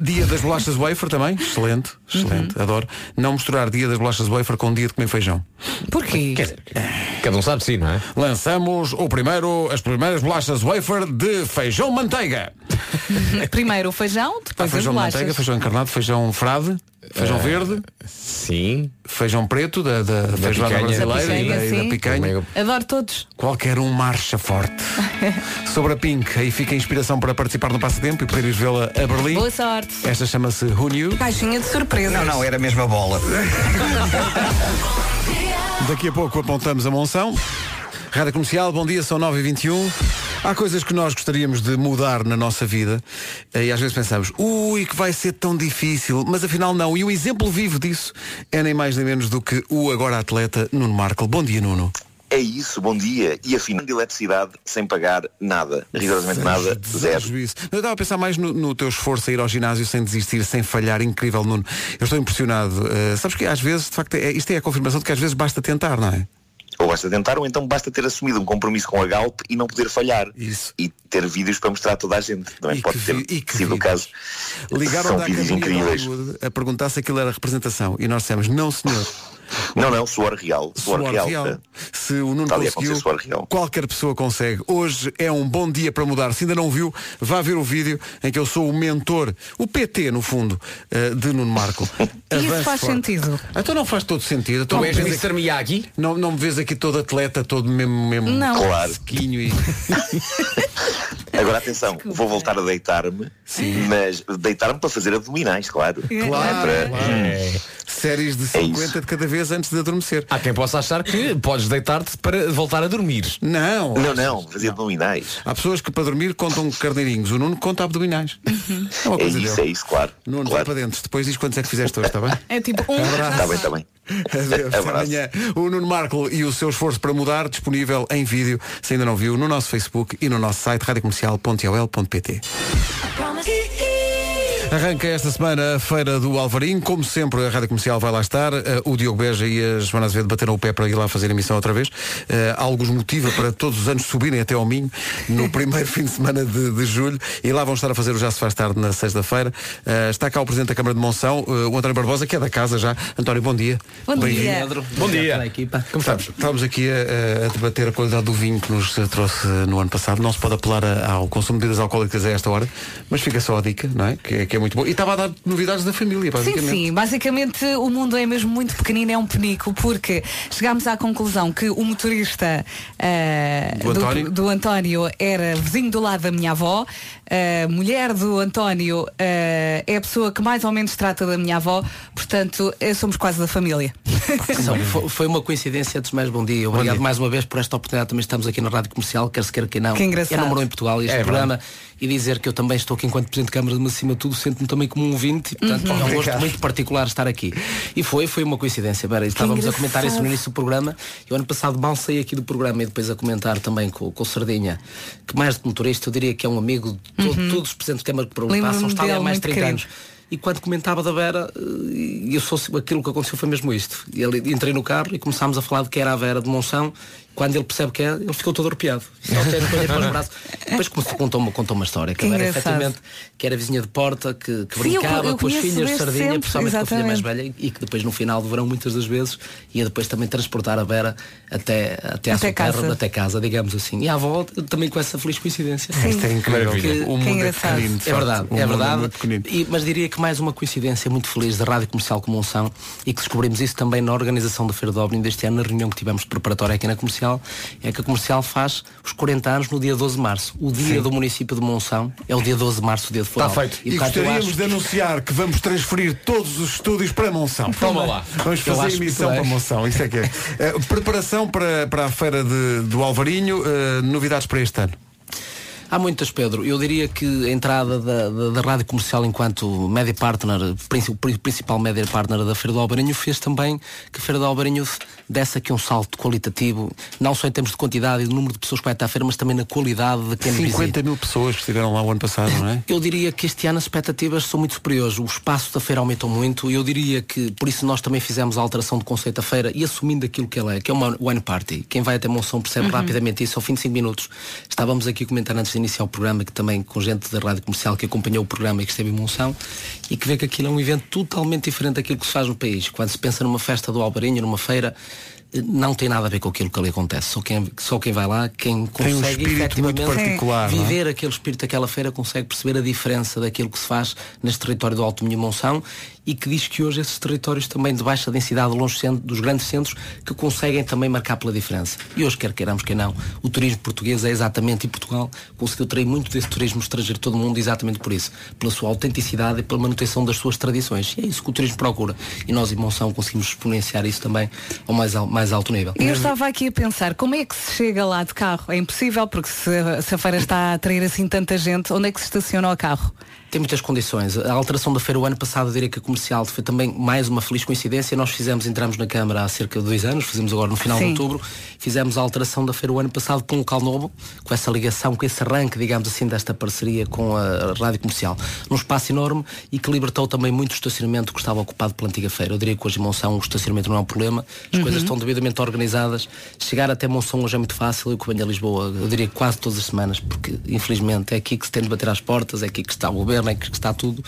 [SPEAKER 2] dia das bolachas wafer também. Excelente, excelente. Adoro. Não misturar dia das bolachas wafer com dia de comer feijão.
[SPEAKER 4] Porquê?
[SPEAKER 7] Cada um sabe de si, não é?
[SPEAKER 2] Lançamos o primeiro, as primeiras bolachas wafer de feijão manteiga.
[SPEAKER 4] Primeiro o feijão,
[SPEAKER 2] Há Ah,
[SPEAKER 4] depois
[SPEAKER 2] feijão
[SPEAKER 4] as bolachas.
[SPEAKER 2] manteiga, feijão encarnado, feijão frade, feijão
[SPEAKER 7] Eh,
[SPEAKER 2] verde.
[SPEAKER 7] Sim.
[SPEAKER 2] Feijão preto da, da, feijoada
[SPEAKER 7] picanha.
[SPEAKER 2] brasileira e
[SPEAKER 7] Da
[SPEAKER 2] da-
[SPEAKER 7] picanha,
[SPEAKER 2] e da,
[SPEAKER 7] sim.
[SPEAKER 2] picanha.
[SPEAKER 4] Adoro todos.
[SPEAKER 2] Qualquer um marcha forte. Sobre a Pink, aí fica a inspiração para participar no passatempo e poderes vê-la a Berlim.
[SPEAKER 4] Boa sorte.
[SPEAKER 2] Esta chama-se Who Knew.
[SPEAKER 4] Caixinha de surpresa.
[SPEAKER 3] Não, não, era mesmo a bola.
[SPEAKER 2] Daqui a pouco apontamos a monção. Rádio Comercial, bom dia, são 9h21. Há coisas que nós gostaríamos de mudar na nossa vida eh, e às vezes pensamos, ui, que vai ser tão difícil, mas afinal não. E o exemplo vivo disso é nem mais nem menos do que o agora atleta Nuno Marco. Bom dia, Nuno.
[SPEAKER 18] É isso, bom dia. E afinal, de eletricidade sem pagar nada, rigorosamente nada, zero.
[SPEAKER 2] Desejo isso. Eu estava a pensar mais no, no teu esforço a ir ao ginásio sem desistir, sem falhar. Incrível, Nuno. Eu estou impressionado. Eh, sabes que às vezes, de facto, é, isto é a confirmação de que às vezes basta tentar, não é?
[SPEAKER 18] Ou basta tentar, ou então basta ter assumido um compromisso com a Galp e não poder falhar.
[SPEAKER 2] Isso.
[SPEAKER 18] E ter vídeos para mostrar a toda a gente. Também pode ter sido o caso.
[SPEAKER 2] Ligaram
[SPEAKER 18] São
[SPEAKER 2] da
[SPEAKER 18] vídeos
[SPEAKER 2] Academia de
[SPEAKER 18] incríveis.
[SPEAKER 2] Hollywood a perguntar se aquilo era representação e nós dissemos, não senhor,
[SPEAKER 18] Não, não, suor real. Suor,
[SPEAKER 2] suor
[SPEAKER 18] real.
[SPEAKER 2] real.
[SPEAKER 18] Eh,
[SPEAKER 2] Se o Nuno
[SPEAKER 18] Está ali a
[SPEAKER 2] conseguiu,
[SPEAKER 18] acontecer suor real.
[SPEAKER 2] qualquer pessoa consegue. Hoje é um bom dia para mudar. Se ainda não viu, vá ver o vídeo em que eu sou o mentor, o PT no fundo, eh, de Nuno Marco.
[SPEAKER 4] Isso faz sentido.
[SPEAKER 2] Então não faz todo sentido. Então
[SPEAKER 4] Tu
[SPEAKER 2] não
[SPEAKER 4] és
[SPEAKER 2] me vês
[SPEAKER 4] Mr.
[SPEAKER 2] aqui-
[SPEAKER 18] é-
[SPEAKER 2] Não, não me vês aqui todo atleta, todo mesmo, mesmo
[SPEAKER 4] Não. Claro.
[SPEAKER 2] sequinho e...
[SPEAKER 18] Agora atenção, vou voltar a deitar-me, mas deitar-me para fazer abdominais, claro. Hum. É
[SPEAKER 2] Claro,
[SPEAKER 18] Para-
[SPEAKER 2] Séries de 50 de cada vez antes de adormecer.
[SPEAKER 18] Ah.
[SPEAKER 7] Há quem possa achar que podes deitar-te para voltar a dormir.
[SPEAKER 2] Não.
[SPEAKER 18] Não, não, fazer abdominais.
[SPEAKER 2] Há pessoas que para dormir contam carneirinhos, o Nuno conta abdominais. É uma
[SPEAKER 18] É
[SPEAKER 2] coisa
[SPEAKER 18] isso,
[SPEAKER 2] dele.
[SPEAKER 18] é isso, claro.
[SPEAKER 2] Nuno, vai
[SPEAKER 18] claro.
[SPEAKER 2] para dentro, depois diz quantos é que fizeste hoje, está bem?
[SPEAKER 4] É tipo um.
[SPEAKER 2] Abraço.
[SPEAKER 18] Está bem, está bem.
[SPEAKER 2] Adeus, até amanhã. O Nuno Marco e o seu esforço para mudar, disponível em vídeo, se ainda não viu, no nosso Facebook e no nosso site radiocomercial.ol.pt. Arranca esta semana a Feira do Alvarinho. Como sempre, a Rádio Comercial vai lá estar. Eh, o Diogo Beja e a Joana Azevedo bateram o pé para ir lá fazer emissão outra vez. Eh, alguns motiva para todos os anos subirem até ao Minho no primeiro fim de semana de, de julho. E lá vão estar a fazer o Já se faz tarde na sexta-feira. Eh, está cá o Presidente da Câmara de Monção, eh, o António Barbosa, que é da casa já. António, bom dia.
[SPEAKER 4] Bom dia.
[SPEAKER 2] Bem-vindo.
[SPEAKER 4] Pedro.
[SPEAKER 7] Bom dia.
[SPEAKER 2] Como estamos? Estamos Tá, aqui a, a debater a qualidade do vinho que nos eh, trouxe no ano passado. Não se pode apelar a- ao consumo de bebidas alcoólicas a esta hora, mas fica só a dica, não é? Que, é- que é muito bom. E estava a dar novidades da família,
[SPEAKER 4] Sim,
[SPEAKER 2] basicamente.
[SPEAKER 4] sim, basicamente o mundo é mesmo muito pequenino, é um penico, porque chegámos à conclusão que o motorista ah,
[SPEAKER 2] Do António?
[SPEAKER 4] do António era vizinho do lado da minha avó, a mulher do António ah, é a pessoa que mais ou menos trata da minha avó, portanto eh, somos quase da família.
[SPEAKER 9] São, fo- foi uma coincidência antes de mais bom dia. Obrigado mais uma vez por esta oportunidade. Também estamos aqui na Rádio Comercial, quer se quer que não.
[SPEAKER 4] Que engraçado.
[SPEAKER 9] É número um em Portugal este
[SPEAKER 4] É
[SPEAKER 9] programa. E dizer que eu também estou aqui enquanto Presidente de Câmara, mas acima de tudo sendo sente-me também como um vinte, portanto
[SPEAKER 4] Uhum.
[SPEAKER 9] é um gosto
[SPEAKER 4] Obrigado.
[SPEAKER 9] muito particular estar aqui. E foi, foi uma coincidência. Vera, estávamos a comentar isso no
[SPEAKER 4] engraçado.
[SPEAKER 9] início do programa. Eu ano passado mal saí aqui do programa e depois a comentar também com, com o Sardinha, que mais do que motorista, eu diria que é um amigo de to-
[SPEAKER 4] Uhum.
[SPEAKER 9] todos os presentes de Câmara que por ali
[SPEAKER 4] Lembro-me
[SPEAKER 9] passam, está ali há
[SPEAKER 4] dele,
[SPEAKER 9] mais de
[SPEAKER 4] muito
[SPEAKER 9] 30
[SPEAKER 4] querido.
[SPEAKER 9] anos. E quando comentava da Vera, eh, eu sou, aquilo que aconteceu foi mesmo isto. E Ele, entrei no carro e começámos a falar de que era a Vera de Monção. Quando ele percebe que é, ele ficou todo arrepiado. Só até não olhei para os braços. um Depois começou- contou uma, contou uma história, que,
[SPEAKER 4] Que
[SPEAKER 9] a Vera,
[SPEAKER 4] engraçado.
[SPEAKER 9] efetivamente, que era vizinha de porta, que, que
[SPEAKER 4] Sim,
[SPEAKER 9] brincava
[SPEAKER 4] eu- eu
[SPEAKER 9] com as
[SPEAKER 4] conheço
[SPEAKER 9] filhas de
[SPEAKER 4] desde
[SPEAKER 9] sardinha,
[SPEAKER 4] sempre,
[SPEAKER 9] principalmente com a filha mais
[SPEAKER 4] exatamente.
[SPEAKER 9] velha, e que depois no final do verão, muitas das vezes, ia depois também transportar a Vera até, até à
[SPEAKER 4] Até
[SPEAKER 9] sua terra,
[SPEAKER 4] casa.
[SPEAKER 9] até casa, digamos assim. E à volta, também com essa feliz coincidência.
[SPEAKER 4] Sim. Isto é incrível. Maravilha. O mundo é engraçado. pequenino, de
[SPEAKER 9] É verdade,
[SPEAKER 2] Um
[SPEAKER 4] facto. O mundo
[SPEAKER 9] é
[SPEAKER 4] é
[SPEAKER 9] verdade.
[SPEAKER 4] muito pequenino.
[SPEAKER 9] E- mas diria que mais uma coincidência muito feliz da Rádio Comercial como unção e que descobrimos isso também na organização da Feira do Ovni deste ano, na reunião que tivemos de preparatória aqui na Comercial, é que a Comercial faz os 40 anos no dia 12 de março. O dia
[SPEAKER 2] Sim.
[SPEAKER 9] do município de Monção é o dia 12 de março, o dia de
[SPEAKER 2] Está
[SPEAKER 9] Foral.
[SPEAKER 2] feito. E,
[SPEAKER 9] portanto, eu
[SPEAKER 2] gostaríamos
[SPEAKER 9] acho-
[SPEAKER 2] de anunciar que vamos transferir todos os estúdios para Monção.
[SPEAKER 9] Toma lá.
[SPEAKER 2] Vamos
[SPEAKER 9] Eu
[SPEAKER 2] fazer
[SPEAKER 9] acho que
[SPEAKER 2] emissão
[SPEAKER 9] sei.
[SPEAKER 2] para Monção. Isso é que é. Eh, preparação para, para a feira de- do Alvarinho. eh, novidades para este ano.
[SPEAKER 9] Há muitas, Pedro. Eu diria que a entrada da, da, da rádio comercial enquanto média partner, princi- pri- principal média partner da Feira do Albarinho, fez também que a Feira do Albarinho desse aqui um salto qualitativo, não só em termos de quantidade e do número de pessoas que vai até à feira, mas também na qualidade de quem
[SPEAKER 2] 50
[SPEAKER 9] visita.
[SPEAKER 2] mil pessoas que estiveram lá o ano passado, não é?
[SPEAKER 9] Eu diria que este ano as expectativas são muito superiores. O espaço da feira aumentou muito e eu diria que por isso nós também fizemos a alteração do conceito da feira e assumindo aquilo que ela é, que é uma one party. Quem vai até Monção percebe
[SPEAKER 4] Uhum.
[SPEAKER 9] rapidamente isso ao fim de 5 minutos. Estávamos aqui a comentar antes de iniciar o programa que também com gente da rádio comercial que acompanhou o programa e que esteve em Monção e que vê que aquilo é um evento totalmente diferente daquilo que se faz no país. Quando se pensa numa festa do Albarinho, numa feira, eh, não tem nada a ver com aquilo que ali acontece. Só quem, só quem vai lá, quem
[SPEAKER 2] Tem um
[SPEAKER 9] consegue
[SPEAKER 2] espírito muito
[SPEAKER 9] efetivamente
[SPEAKER 2] particular, não é?
[SPEAKER 9] viver aquele espírito daquela feira consegue perceber a diferença daquilo que se faz neste território do Alto Minho e Monção e que diz que hoje esses territórios também de baixa densidade, longe cent- dos grandes centros, que conseguem também marcar pela diferença. E hoje, quer queiramos, quer não, o turismo português é exatamente, e Portugal conseguiu atrair muito desse turismo estrangeiro todo o mundo exatamente por isso, pela sua autenticidade e pela manutenção das suas tradições. E é isso que o turismo procura. E nós em Monção conseguimos exponenciar isso também ao mais, al- mais alto nível.
[SPEAKER 4] Eu estava aqui a pensar, como é que se chega lá de carro? É impossível, porque se, se a feira está a atrair assim tanta gente, onde é que se estaciona o carro?
[SPEAKER 9] Tem muitas condições. A alteração da feira o ano passado, eu diria que a comercial foi também mais uma feliz coincidência. Nós fizemos, entramos na Câmara há cerca de dois anos, fizemos agora no final
[SPEAKER 4] Sim.
[SPEAKER 9] de outubro, fizemos a alteração da feira o ano passado para um local novo, com essa ligação, com esse arranque, digamos assim, desta parceria com a rádio comercial. Num espaço enorme e que libertou também muito o estacionamento que estava ocupado pela antiga feira. Eu diria que hoje em Monção o estacionamento não é um problema, as
[SPEAKER 4] Uhum.
[SPEAKER 9] coisas estão devidamente organizadas. Chegar até Monção hoje é muito fácil. Eu que venho a Lisboa, eu diria que quase todas as semanas, porque infelizmente é aqui que se tem de bater às portas, é aqui que está o governo, é aqui que está tudo.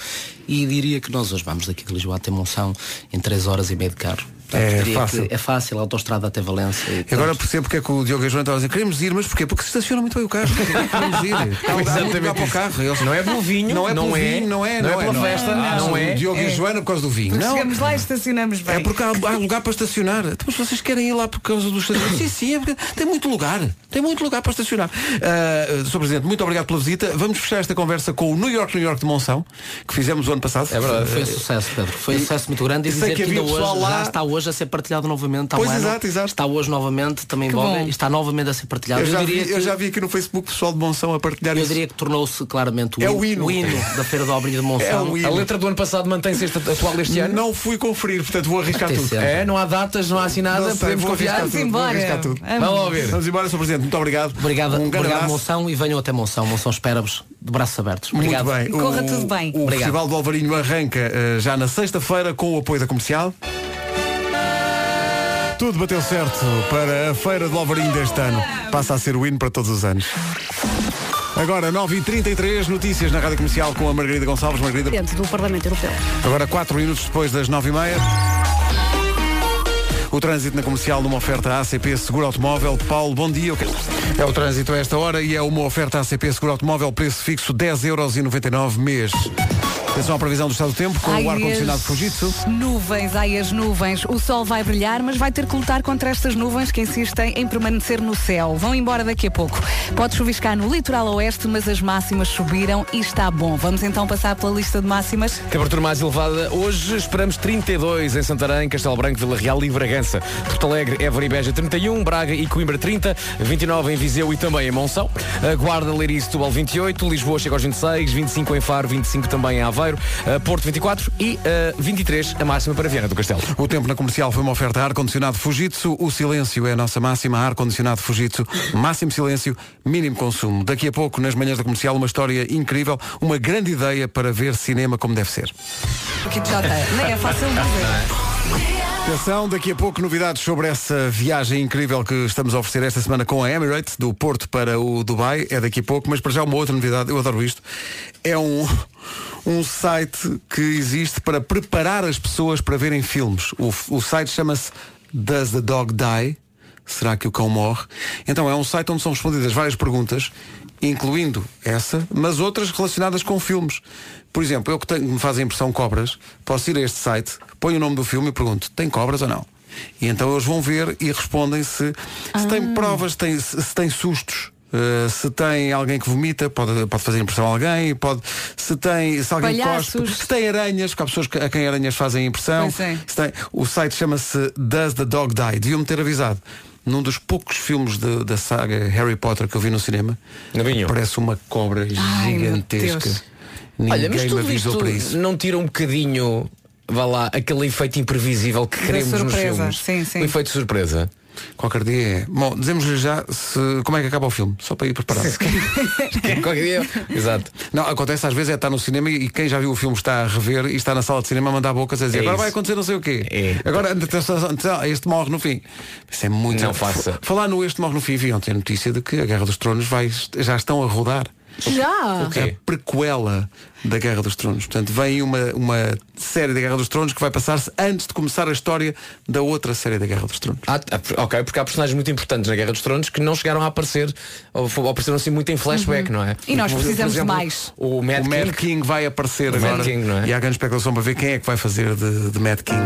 [SPEAKER 9] E diria que nós hoje vamos daqui de Lisboa até Monção em 3 horas e meia de carro.
[SPEAKER 2] É
[SPEAKER 9] diria que
[SPEAKER 2] fácil.
[SPEAKER 9] É fácil, a autostrada até Valência. e
[SPEAKER 2] Agora percebo porque é que o Diogo e a Joana estavam a dizer queremos ir, mas porquê? Porque se estaciona muito bem o carro. Porquê que Queremos ir. Há muito lugar para o carro. Eles-
[SPEAKER 7] Não é pelo vinho,
[SPEAKER 2] Não é
[SPEAKER 7] não
[SPEAKER 2] pelo
[SPEAKER 7] é,
[SPEAKER 2] vinho, não é,
[SPEAKER 7] não é
[SPEAKER 2] não é.
[SPEAKER 7] pela festa,
[SPEAKER 2] Ah,
[SPEAKER 7] não
[SPEAKER 2] o
[SPEAKER 7] é.
[SPEAKER 2] Diogo e a
[SPEAKER 7] É.
[SPEAKER 2] Joana por causa do vinho.
[SPEAKER 4] Porque
[SPEAKER 2] Não.
[SPEAKER 4] chegamos lá e estacionamos bem.
[SPEAKER 2] É porque há, há lugar para estacionar. Então, Mas vocês querem ir lá por causa do estacionamento? sim, sim, é porque tem muito lugar. Tem muito lugar para estacionar. Ah, Sr. Presidente, muito obrigado pela visita. Vamos fechar esta conversa com o New York, New York de Monção, que fizemos o ano passado.
[SPEAKER 9] É verdade, foi um sucesso, Pedro. Foi um
[SPEAKER 2] E-
[SPEAKER 9] sucesso muito grande e
[SPEAKER 2] sei
[SPEAKER 9] dizer que,
[SPEAKER 2] que havia
[SPEAKER 9] ainda hoje
[SPEAKER 2] pessoal lá-
[SPEAKER 9] já está hoje a ser partilhado novamente. Há um
[SPEAKER 2] Pois,
[SPEAKER 9] ano,
[SPEAKER 2] exato,
[SPEAKER 9] Está hoje novamente, também
[SPEAKER 2] Que
[SPEAKER 9] envolve,
[SPEAKER 2] bom.
[SPEAKER 9] e está novamente a ser partilhado.
[SPEAKER 2] Ah, Eu já,
[SPEAKER 9] diria
[SPEAKER 2] vi, eu
[SPEAKER 9] que-
[SPEAKER 2] já vi aqui no Facebook pessoal de Monção a partilhar
[SPEAKER 9] Eu
[SPEAKER 2] isso.
[SPEAKER 9] diria que tornou-se claramente o,
[SPEAKER 2] É
[SPEAKER 9] hino,
[SPEAKER 2] o hino.
[SPEAKER 9] da Feira do Obrinho de Monção.
[SPEAKER 2] É o hino.
[SPEAKER 7] A letra do ano passado mantém-se esta- atual este ano?
[SPEAKER 2] Não fui conferir, portanto vou arriscar
[SPEAKER 7] Tem
[SPEAKER 2] tudo.
[SPEAKER 7] sempre. É, não há datas, não há assim nada,
[SPEAKER 2] Não sei,
[SPEAKER 7] podemos
[SPEAKER 2] vou
[SPEAKER 7] confiar.
[SPEAKER 2] arriscar tudo, vou arriscar tudo.
[SPEAKER 7] Vamos ouvir.
[SPEAKER 2] Vamos embora, Sr. Presidente. Muito obrigado.
[SPEAKER 9] Obrigado,
[SPEAKER 2] Um grande
[SPEAKER 9] obrigado
[SPEAKER 2] abraço.
[SPEAKER 9] Monção e venham até Monção. Monção espera-vos de braços abertos.
[SPEAKER 2] Muito
[SPEAKER 9] Obrigado.
[SPEAKER 2] bem. O- O
[SPEAKER 9] Obrigado.
[SPEAKER 2] Festival do Alvarinho arranca eh, já na sexta-feira com o apoio da comercial. Tudo bateu certo para a Feira do Alvarinho deste ano. Passa a ser o hino para todos os anos. Agora, 9h33, notícias na Rádio Comercial com a Margarida Gonçalves. Margarida,
[SPEAKER 1] Presidente do Parlamento Europeu.
[SPEAKER 2] Agora, 4 minutos depois das 9h30. O trânsito na comercial numa oferta ACP Seguro Automóvel. Paulo, bom dia. É o trânsito a esta hora e é uma oferta ACP Seguro Automóvel, preço fixo 10,99€ mês. Atenção à previsão do estado do tempo com
[SPEAKER 4] Ai,
[SPEAKER 2] o ar-condicionado
[SPEAKER 4] as
[SPEAKER 2] Fujitsu.
[SPEAKER 4] Nuvens, ai as nuvens. O sol vai brilhar, mas vai ter que lutar contra estas nuvens que insistem em permanecer no céu. Vão embora daqui a pouco. Pode chuviscar no litoral oeste, mas as máximas subiram e está bom. Vamos então passar pela lista de máximas.
[SPEAKER 7] Temperatura mais elevada hoje, esperamos 32 em Santarém, Castelo Branco, Vila Real e Bragança. Porto Alegre, Évora e Beja 31, Braga e Coimbra 30, 29 em Viseu e também em Monção. A Guarda, Leiria e Setúbal 28, Lisboa chega aos 26, 25 em Faro, 25 também em Aveiro. Aveiro, eh, Porto 24 e eh, 23 a máxima para Viana do Castelo.
[SPEAKER 2] O tempo na comercial foi uma oferta a ar-condicionado Fujitsu. O silêncio é a nossa máxima. Ar-condicionado Fujitsu. Máximo silêncio, mínimo consumo. Daqui a pouco, nas manhãs da comercial, uma história incrível, uma grande ideia para ver cinema como deve ser.
[SPEAKER 4] Aqui de Jota, nem é fácil dizer.
[SPEAKER 2] Atenção, daqui a pouco novidades sobre essa viagem incrível que estamos a oferecer esta semana com a Emirates, do Porto para o Dubai, é daqui a pouco, mas para já uma outra novidade, eu adoro isto, é um, um site que existe para preparar as pessoas para verem filmes. O, f- o site chama-se Does the Dog Die? Será que o cão morre? Então é um site onde são respondidas várias perguntas, incluindo essa, mas outras relacionadas com filmes. Por exemplo, eu que tenho, me faz a impressão cobras, posso ir a este site, ponho o nome do filme e pergunto, tem cobras ou não? E então eles vão ver e respondem se, se tem provas, se tem, se se tem sustos. eh, se tem alguém que vomita, pode, pode fazer impressão a alguém, pode, se tem, se alguém
[SPEAKER 19] Palhaços.
[SPEAKER 2] cospe, se tem aranhas, porque há pessoas que- a quem aranhas fazem impressão.
[SPEAKER 19] Pois é.
[SPEAKER 2] Se tem- o site chama-se Does the Dog Die? Deviam-me ter avisado. Num dos poucos filmes de- da saga Harry Potter que eu vi no cinema, parece uma cobra gigantesca. Ninguém
[SPEAKER 7] Olha, mas
[SPEAKER 2] me
[SPEAKER 7] tudo
[SPEAKER 2] avisou
[SPEAKER 7] isto
[SPEAKER 2] para isso.
[SPEAKER 7] não tira um bocadinho, vá lá, aquele efeito imprevisível que
[SPEAKER 2] Da
[SPEAKER 7] queremos
[SPEAKER 2] surpresa,
[SPEAKER 7] nos filmes.
[SPEAKER 2] sim, sim.
[SPEAKER 7] O efeito de surpresa.
[SPEAKER 2] Qualquer dia é. Bom, dizemos-lhe já se, como é que acaba o filme, só para ir preparado.
[SPEAKER 7] Qualquer dia.
[SPEAKER 2] Exato. Não, acontece às vezes é estar no cinema e quem já viu o filme está a rever e está na sala de cinema a mandar bocas a dizer
[SPEAKER 7] É
[SPEAKER 2] agora
[SPEAKER 7] isso. É.
[SPEAKER 2] vai acontecer não sei o quê. Agora atenção, atenção, este morre no fim. Isso é muito.
[SPEAKER 7] Não faça.
[SPEAKER 2] Falar no este morre no fim, vi ontem a notícia de que a Guerra dos Tronos vai, já estão a rodar.
[SPEAKER 1] Já!
[SPEAKER 2] A prequela da Guerra dos Tronos. Portanto, vem uma, uma série da Guerra dos Tronos que vai passar-se antes de começar a história da outra série da Guerra dos Tronos.
[SPEAKER 7] Há- há- Ah, ok, porque há personagens muito importantes na Guerra dos Tronos que não chegaram a aparecer, ou, fo- ou apareceram assim muito em flashback,
[SPEAKER 2] Uhum.
[SPEAKER 7] não é?
[SPEAKER 4] E nós
[SPEAKER 7] Por- por
[SPEAKER 4] precisamos de
[SPEAKER 7] exemplo,
[SPEAKER 4] mais.
[SPEAKER 7] O Mad,
[SPEAKER 2] o Mad King, vai aparecer
[SPEAKER 7] O Mad
[SPEAKER 2] agora.
[SPEAKER 7] King, não é?
[SPEAKER 2] E há grande especulação para ver quem é que vai fazer de, de Mad King.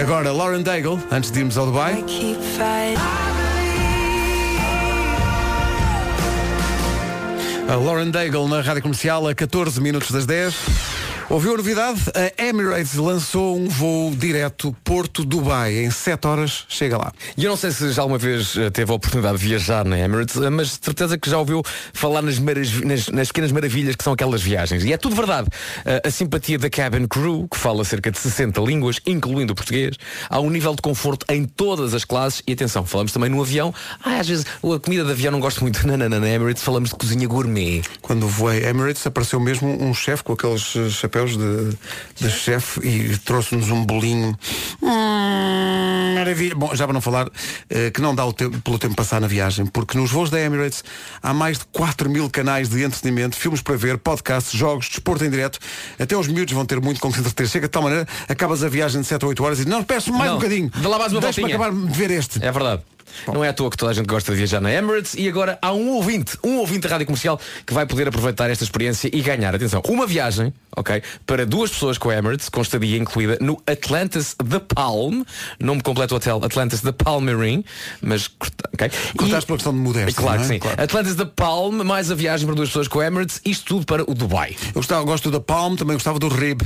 [SPEAKER 2] Agora, Lauren Daigle, antes de irmos ao Dubai. A Lauren Daigle na Rádio Comercial a 14 minutos das 10. Ouviu a novidade? A Emirates lançou um voo direto Porto-Dubai. Em 7 horas chega lá.
[SPEAKER 7] E eu não sei se já alguma vez eh, teve a oportunidade de viajar na Emirates, eh, mas de certeza que já ouviu falar nas, marav- nas- nas pequenas maravilhas que são aquelas viagens. E é tudo verdade. Eh, a simpatia da cabin crew, que fala cerca de 60 línguas, incluindo o português, há um nível de conforto em todas as classes. E atenção, falamos também no avião. Ah, às vezes a comida de avião não gosto muito. Não, não, não, na Emirates falamos de cozinha gourmet.
[SPEAKER 2] Quando voei Emirates apareceu mesmo um chefe com aqueles eh, chapéus de, de chefe e trouxe-nos um bolinho. Hum, maravilha. Bom, já para não falar eh, que não dá o tempo, pelo tempo passar na viagem, porque nos voos da Emirates há mais de 4 mil canais de entretenimento, filmes para ver, podcasts, jogos, desporto em direto. Até os miúdos vão ter muito com que se entreter. Chega de tal maneira, acabas a viagem de 7 ou 8 horas e não, peço mais um
[SPEAKER 7] Não,
[SPEAKER 2] bocadinho.
[SPEAKER 7] Dá lá mais uma
[SPEAKER 2] Deixa-me
[SPEAKER 7] voltinha.
[SPEAKER 2] acabar de ver este.
[SPEAKER 7] É verdade. Não é à toa que toda a gente gosta de viajar na Emirates e agora há um ouvinte, um ouvinte da Rádio Comercial que vai poder aproveitar esta experiência e ganhar, atenção, uma viagem, ok, para duas pessoas com a Emirates, com estadia incluída no Atlantis The Palm, nome completo do hotel Atlantis The Palmering, mas, corta- ok.
[SPEAKER 2] Cortaste pela questão de modéstia.
[SPEAKER 7] Claro
[SPEAKER 2] não
[SPEAKER 7] que
[SPEAKER 2] é?
[SPEAKER 7] sim. Atlantis The Palm, mais a viagem para duas pessoas com a Emirates, isto tudo para o Dubai.
[SPEAKER 2] Eu gostava, gosto da Palm, também gostava do Rib.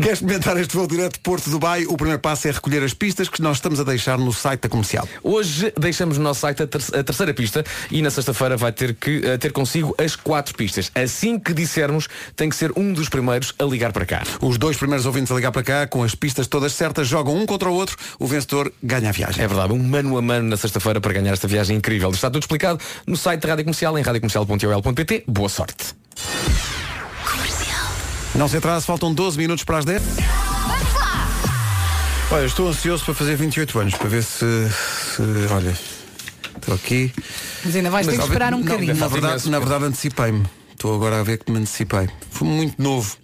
[SPEAKER 2] Quer experimentar este voo direto de Porto Dubai? O primeiro passo é recolher as pistas que nós estamos a deixar no site da comercial.
[SPEAKER 7] Hoje deixamos no nosso site a, ter- a terceira pista e na sexta-feira vai ter que eh, ter consigo as quatro pistas. Assim que dissermos, tem que ser um dos primeiros a ligar para cá.
[SPEAKER 2] Os dois primeiros ouvintes a ligar para cá, com as pistas todas certas, jogam um contra o outro, o vencedor ganha a viagem.
[SPEAKER 7] É verdade, um mano a mano na sexta-feira para ganhar esta viagem incrível. Está tudo explicado no site da Rádio Comercial, em radiocomercial.ol.pt. Boa sorte.
[SPEAKER 2] Não se atrase, faltam 12 minutos para as 10. Olha, estou ansioso para fazer 28 anos, para ver se. se olha, estou aqui.
[SPEAKER 4] Mas ainda vais ter que
[SPEAKER 2] Mas,
[SPEAKER 4] esperar um
[SPEAKER 2] não, é
[SPEAKER 4] bocadinho.
[SPEAKER 2] Na verdade, na verdade antecipei-me. Estou agora a ver que me antecipei. Foi muito novo.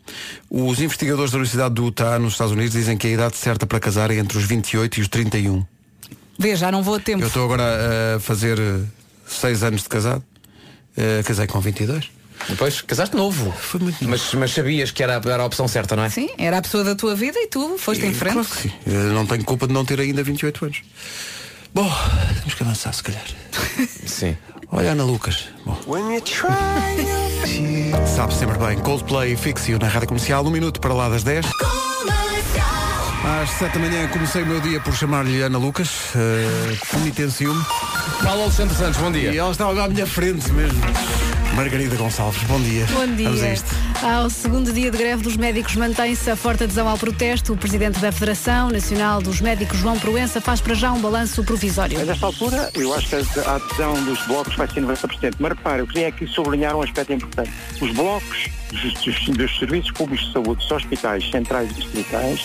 [SPEAKER 2] Os investigadores da Universidade do Utah, nos Estados Unidos, dizem que a idade certa para casar é entre os 28 e os 31.
[SPEAKER 4] Vê, já não vou a tempo.
[SPEAKER 2] Eu estou agora eh, a fazer 6 anos de casado. Eh, casei com 22.
[SPEAKER 7] Depois, casaste novo.
[SPEAKER 2] Foi muito novo.
[SPEAKER 7] Mas, mas sabias que era, a- era a opção certa, não é?
[SPEAKER 4] Sim, era a pessoa da tua vida e tu foste em frente.
[SPEAKER 2] Claro que sim. Eh, não tenho culpa de não ter ainda 28 anos. Bom, temos que avançar, se calhar.
[SPEAKER 7] Sim.
[SPEAKER 2] Olha, Ana Lucas. Bom. Sabe sempre bem. Coldplay Fixio na rádio comercial. Um minuto para lá das 10. Às 7 da manhã comecei o meu dia por chamar-lhe Ana Lucas, uh, penitenciume.
[SPEAKER 7] Paulo Alexandre Santos, bom dia.
[SPEAKER 2] E ela estava à minha frente mesmo. Margarida Gonçalves, bom dia.
[SPEAKER 1] Bom dia.
[SPEAKER 2] Vamos a isto.
[SPEAKER 1] Ao segundo dia de greve dos médicos mantém-se a forte adesão ao protesto. O presidente da Federação Nacional dos Médicos, João Proença, faz para já um balanço provisório.
[SPEAKER 19] A Nesta altura, Ah, eu acho que a adesão dos blocos vai ser 90%. Mas repare, eu queria aqui sublinhar um aspecto importante. Os blocos dos, dos- dos serviços públicos de saúde, dos hospitais centrais e distritais,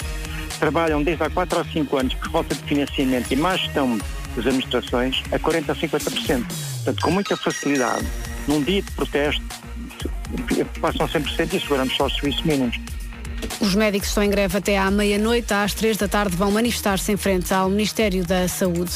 [SPEAKER 19] trabalham desde há 4 ou 5 anos, por falta de financiamento e má gestão das administrações, a 40% a 50%. Portanto, com muita facilidade, num dia de protesto, passam 100% e seguramos só os serviços mínimos.
[SPEAKER 1] Os médicos estão em greve até à meia-noite. Às três da tarde vão manifestar-se em frente ao Ministério da Saúde.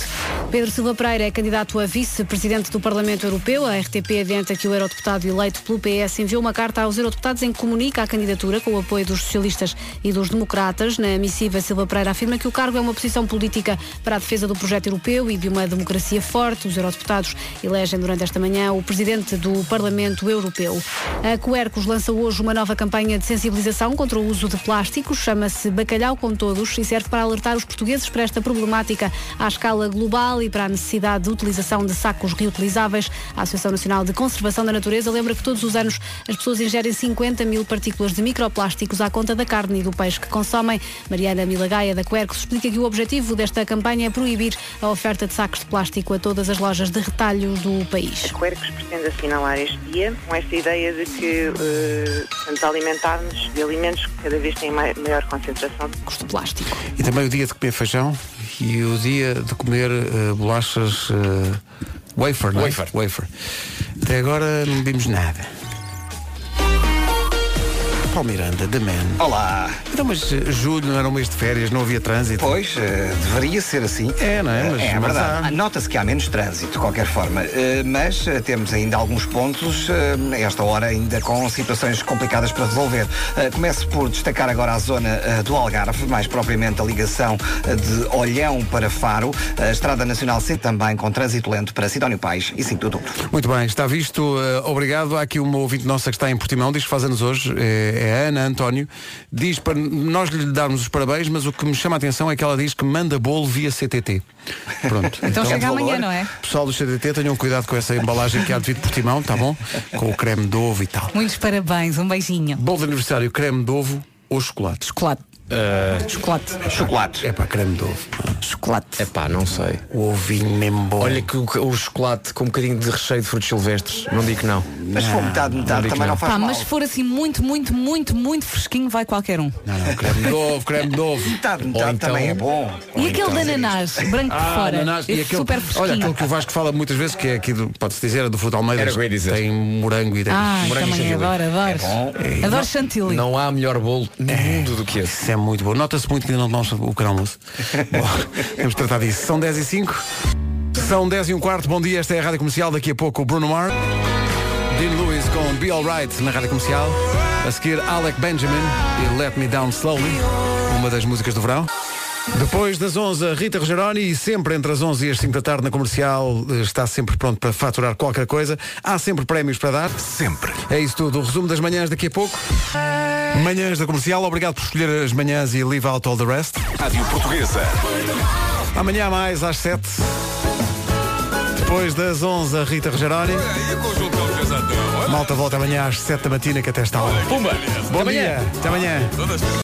[SPEAKER 1] Pedro Silva Pereira é candidato a vice-presidente do Parlamento Europeu. A RTP adianta que o eurodeputado eleito pelo PS enviou uma carta aos eurodeputados em que comunica a candidatura com o apoio dos socialistas e dos democratas. Na missiva, Silva Pereira afirma que o cargo é uma posição política para a defesa do projeto europeu e de uma democracia forte. Os eurodeputados elegem durante esta manhã o presidente do Parlamento Europeu. A Coercos lança hoje uma nova campanha de sensibilização contra o uso de plásticos. Chama-se Bacalhau com Todos e serve para alertar os portugueses para esta problemática à escala global e para a necessidade de utilização de sacos reutilizáveis. A Associação Nacional de Conservação da Natureza lembra que todos os anos as pessoas ingerem 50 mil partículas de microplásticos à conta da carne e do peixe que consomem. Mariana Milagaia da Quercus explica que o objetivo desta campanha é proibir a oferta de sacos de plástico a todas as lojas de retalho do país.
[SPEAKER 11] A Quercus pretende assinalar assim este dia com esta ideia de que eh, portanto, alimentarmos de alimentos que cada vez têm mai- maior concentração de
[SPEAKER 1] custo plástico.
[SPEAKER 2] E também o dia de comer feijão e o dia de comer eh, bolachas eh, wafer, não é?
[SPEAKER 7] Wafer.
[SPEAKER 2] Até agora não vimos nada. Paulo Miranda, The Man.
[SPEAKER 3] Olá!
[SPEAKER 2] Então, mas eh, julho não era um mês de férias, não havia trânsito.
[SPEAKER 3] Pois, eh, deveria ser assim.
[SPEAKER 2] É, não é? Mas,
[SPEAKER 3] é
[SPEAKER 2] mas
[SPEAKER 3] verdade.
[SPEAKER 2] há.
[SPEAKER 3] Nota-se que há menos trânsito, de qualquer forma. Eh, Mas eh, temos ainda alguns pontos, eh, a esta hora ainda com situações complicadas para resolver. Eh, Começo por destacar agora a zona eh, do Algarve, mais propriamente a ligação eh, de Olhão para Faro, a Estrada Nacional C também com trânsito lento para Sidónio Pais e 5 de outubro.
[SPEAKER 2] Muito bem, está visto. eh, obrigado. Há aqui uma ouvinte nossa que está em Portimão, diz que faz anos hoje, eh, é, a Ana António. Diz para nós lhe darmos os parabéns, mas o que me chama a atenção é que ela diz que manda bolo via CTT. Pronto.
[SPEAKER 4] Então chega amanhã, não é?
[SPEAKER 2] Pessoal do CTT, tenham cuidado com essa embalagem que há de vir de Portimão, tá bom? Com o creme de ovo e tal.
[SPEAKER 4] Muitos parabéns, um beijinho.
[SPEAKER 2] Bolo de aniversário, creme de ovo ou chocolate?
[SPEAKER 4] Chocolate.
[SPEAKER 2] Chocolate. Chocolate. É para creme de ovo.
[SPEAKER 4] Chocolate.
[SPEAKER 7] É pá, não sei.
[SPEAKER 2] O ovinho mesmo bom.
[SPEAKER 7] Olha que o, o chocolate com um bocadinho de recheio de frutos silvestres. Não digo que não.
[SPEAKER 3] Mas se for metade, metade,
[SPEAKER 7] digo que
[SPEAKER 3] também não
[SPEAKER 4] Pá, mas se for assim muito, muito, muito, muito fresquinho, vai qualquer um.
[SPEAKER 2] Não, não, creme de ovo, creme de ovo. então
[SPEAKER 3] Metade, metade também é bom.
[SPEAKER 4] E aquele de ananás, branco por
[SPEAKER 2] Ah,
[SPEAKER 4] fora.
[SPEAKER 2] ananás, e
[SPEAKER 4] Esse
[SPEAKER 2] aquele-
[SPEAKER 4] super
[SPEAKER 2] olha,
[SPEAKER 4] fresquinho.
[SPEAKER 2] aquele que o Vasco fala muitas vezes, que é aqui, do- pode-se dizer, é do Fruto Almeida.
[SPEAKER 7] Era o que eu ia dizer.
[SPEAKER 2] Tem morango e tem
[SPEAKER 4] Ah,
[SPEAKER 2] morango
[SPEAKER 4] também adoro,
[SPEAKER 2] É
[SPEAKER 4] adoro. Adoro chantilly.
[SPEAKER 2] Não há melhor bolo no mundo do que esse. Isso é muito bom. Nota-se muito que ainda não tomamos o canal almoço. Bom, Temos de tratar disso. São 10 e 5. São 10 e um quarto. Bom dia, esta é a Rádio Comercial. Daqui a pouco o Bruno Mars. Dean Lewis com Be Alright na Rádio Comercial. A seguir Alec Benjamin e Let Me Down Slowly, uma das músicas do verão. Depois das 11, a Rita Rogeroni e sempre entre as 11 e as 5 da tarde na comercial eh, está sempre pronto para faturar qualquer coisa. Há sempre prémios para dar. Sempre. É isso tudo. O resumo das manhãs daqui a pouco. Manhãs da comercial. Obrigado por escolher as manhãs e leave out all the rest.
[SPEAKER 5] Rádio Portuguesa.
[SPEAKER 2] Amanhã mais às 7. Depois das 11, a Rita Rogeroni. Malta volta amanhã às 7 da matina que até está lá.
[SPEAKER 5] Pumba!
[SPEAKER 2] Bom dia. Até amanhã.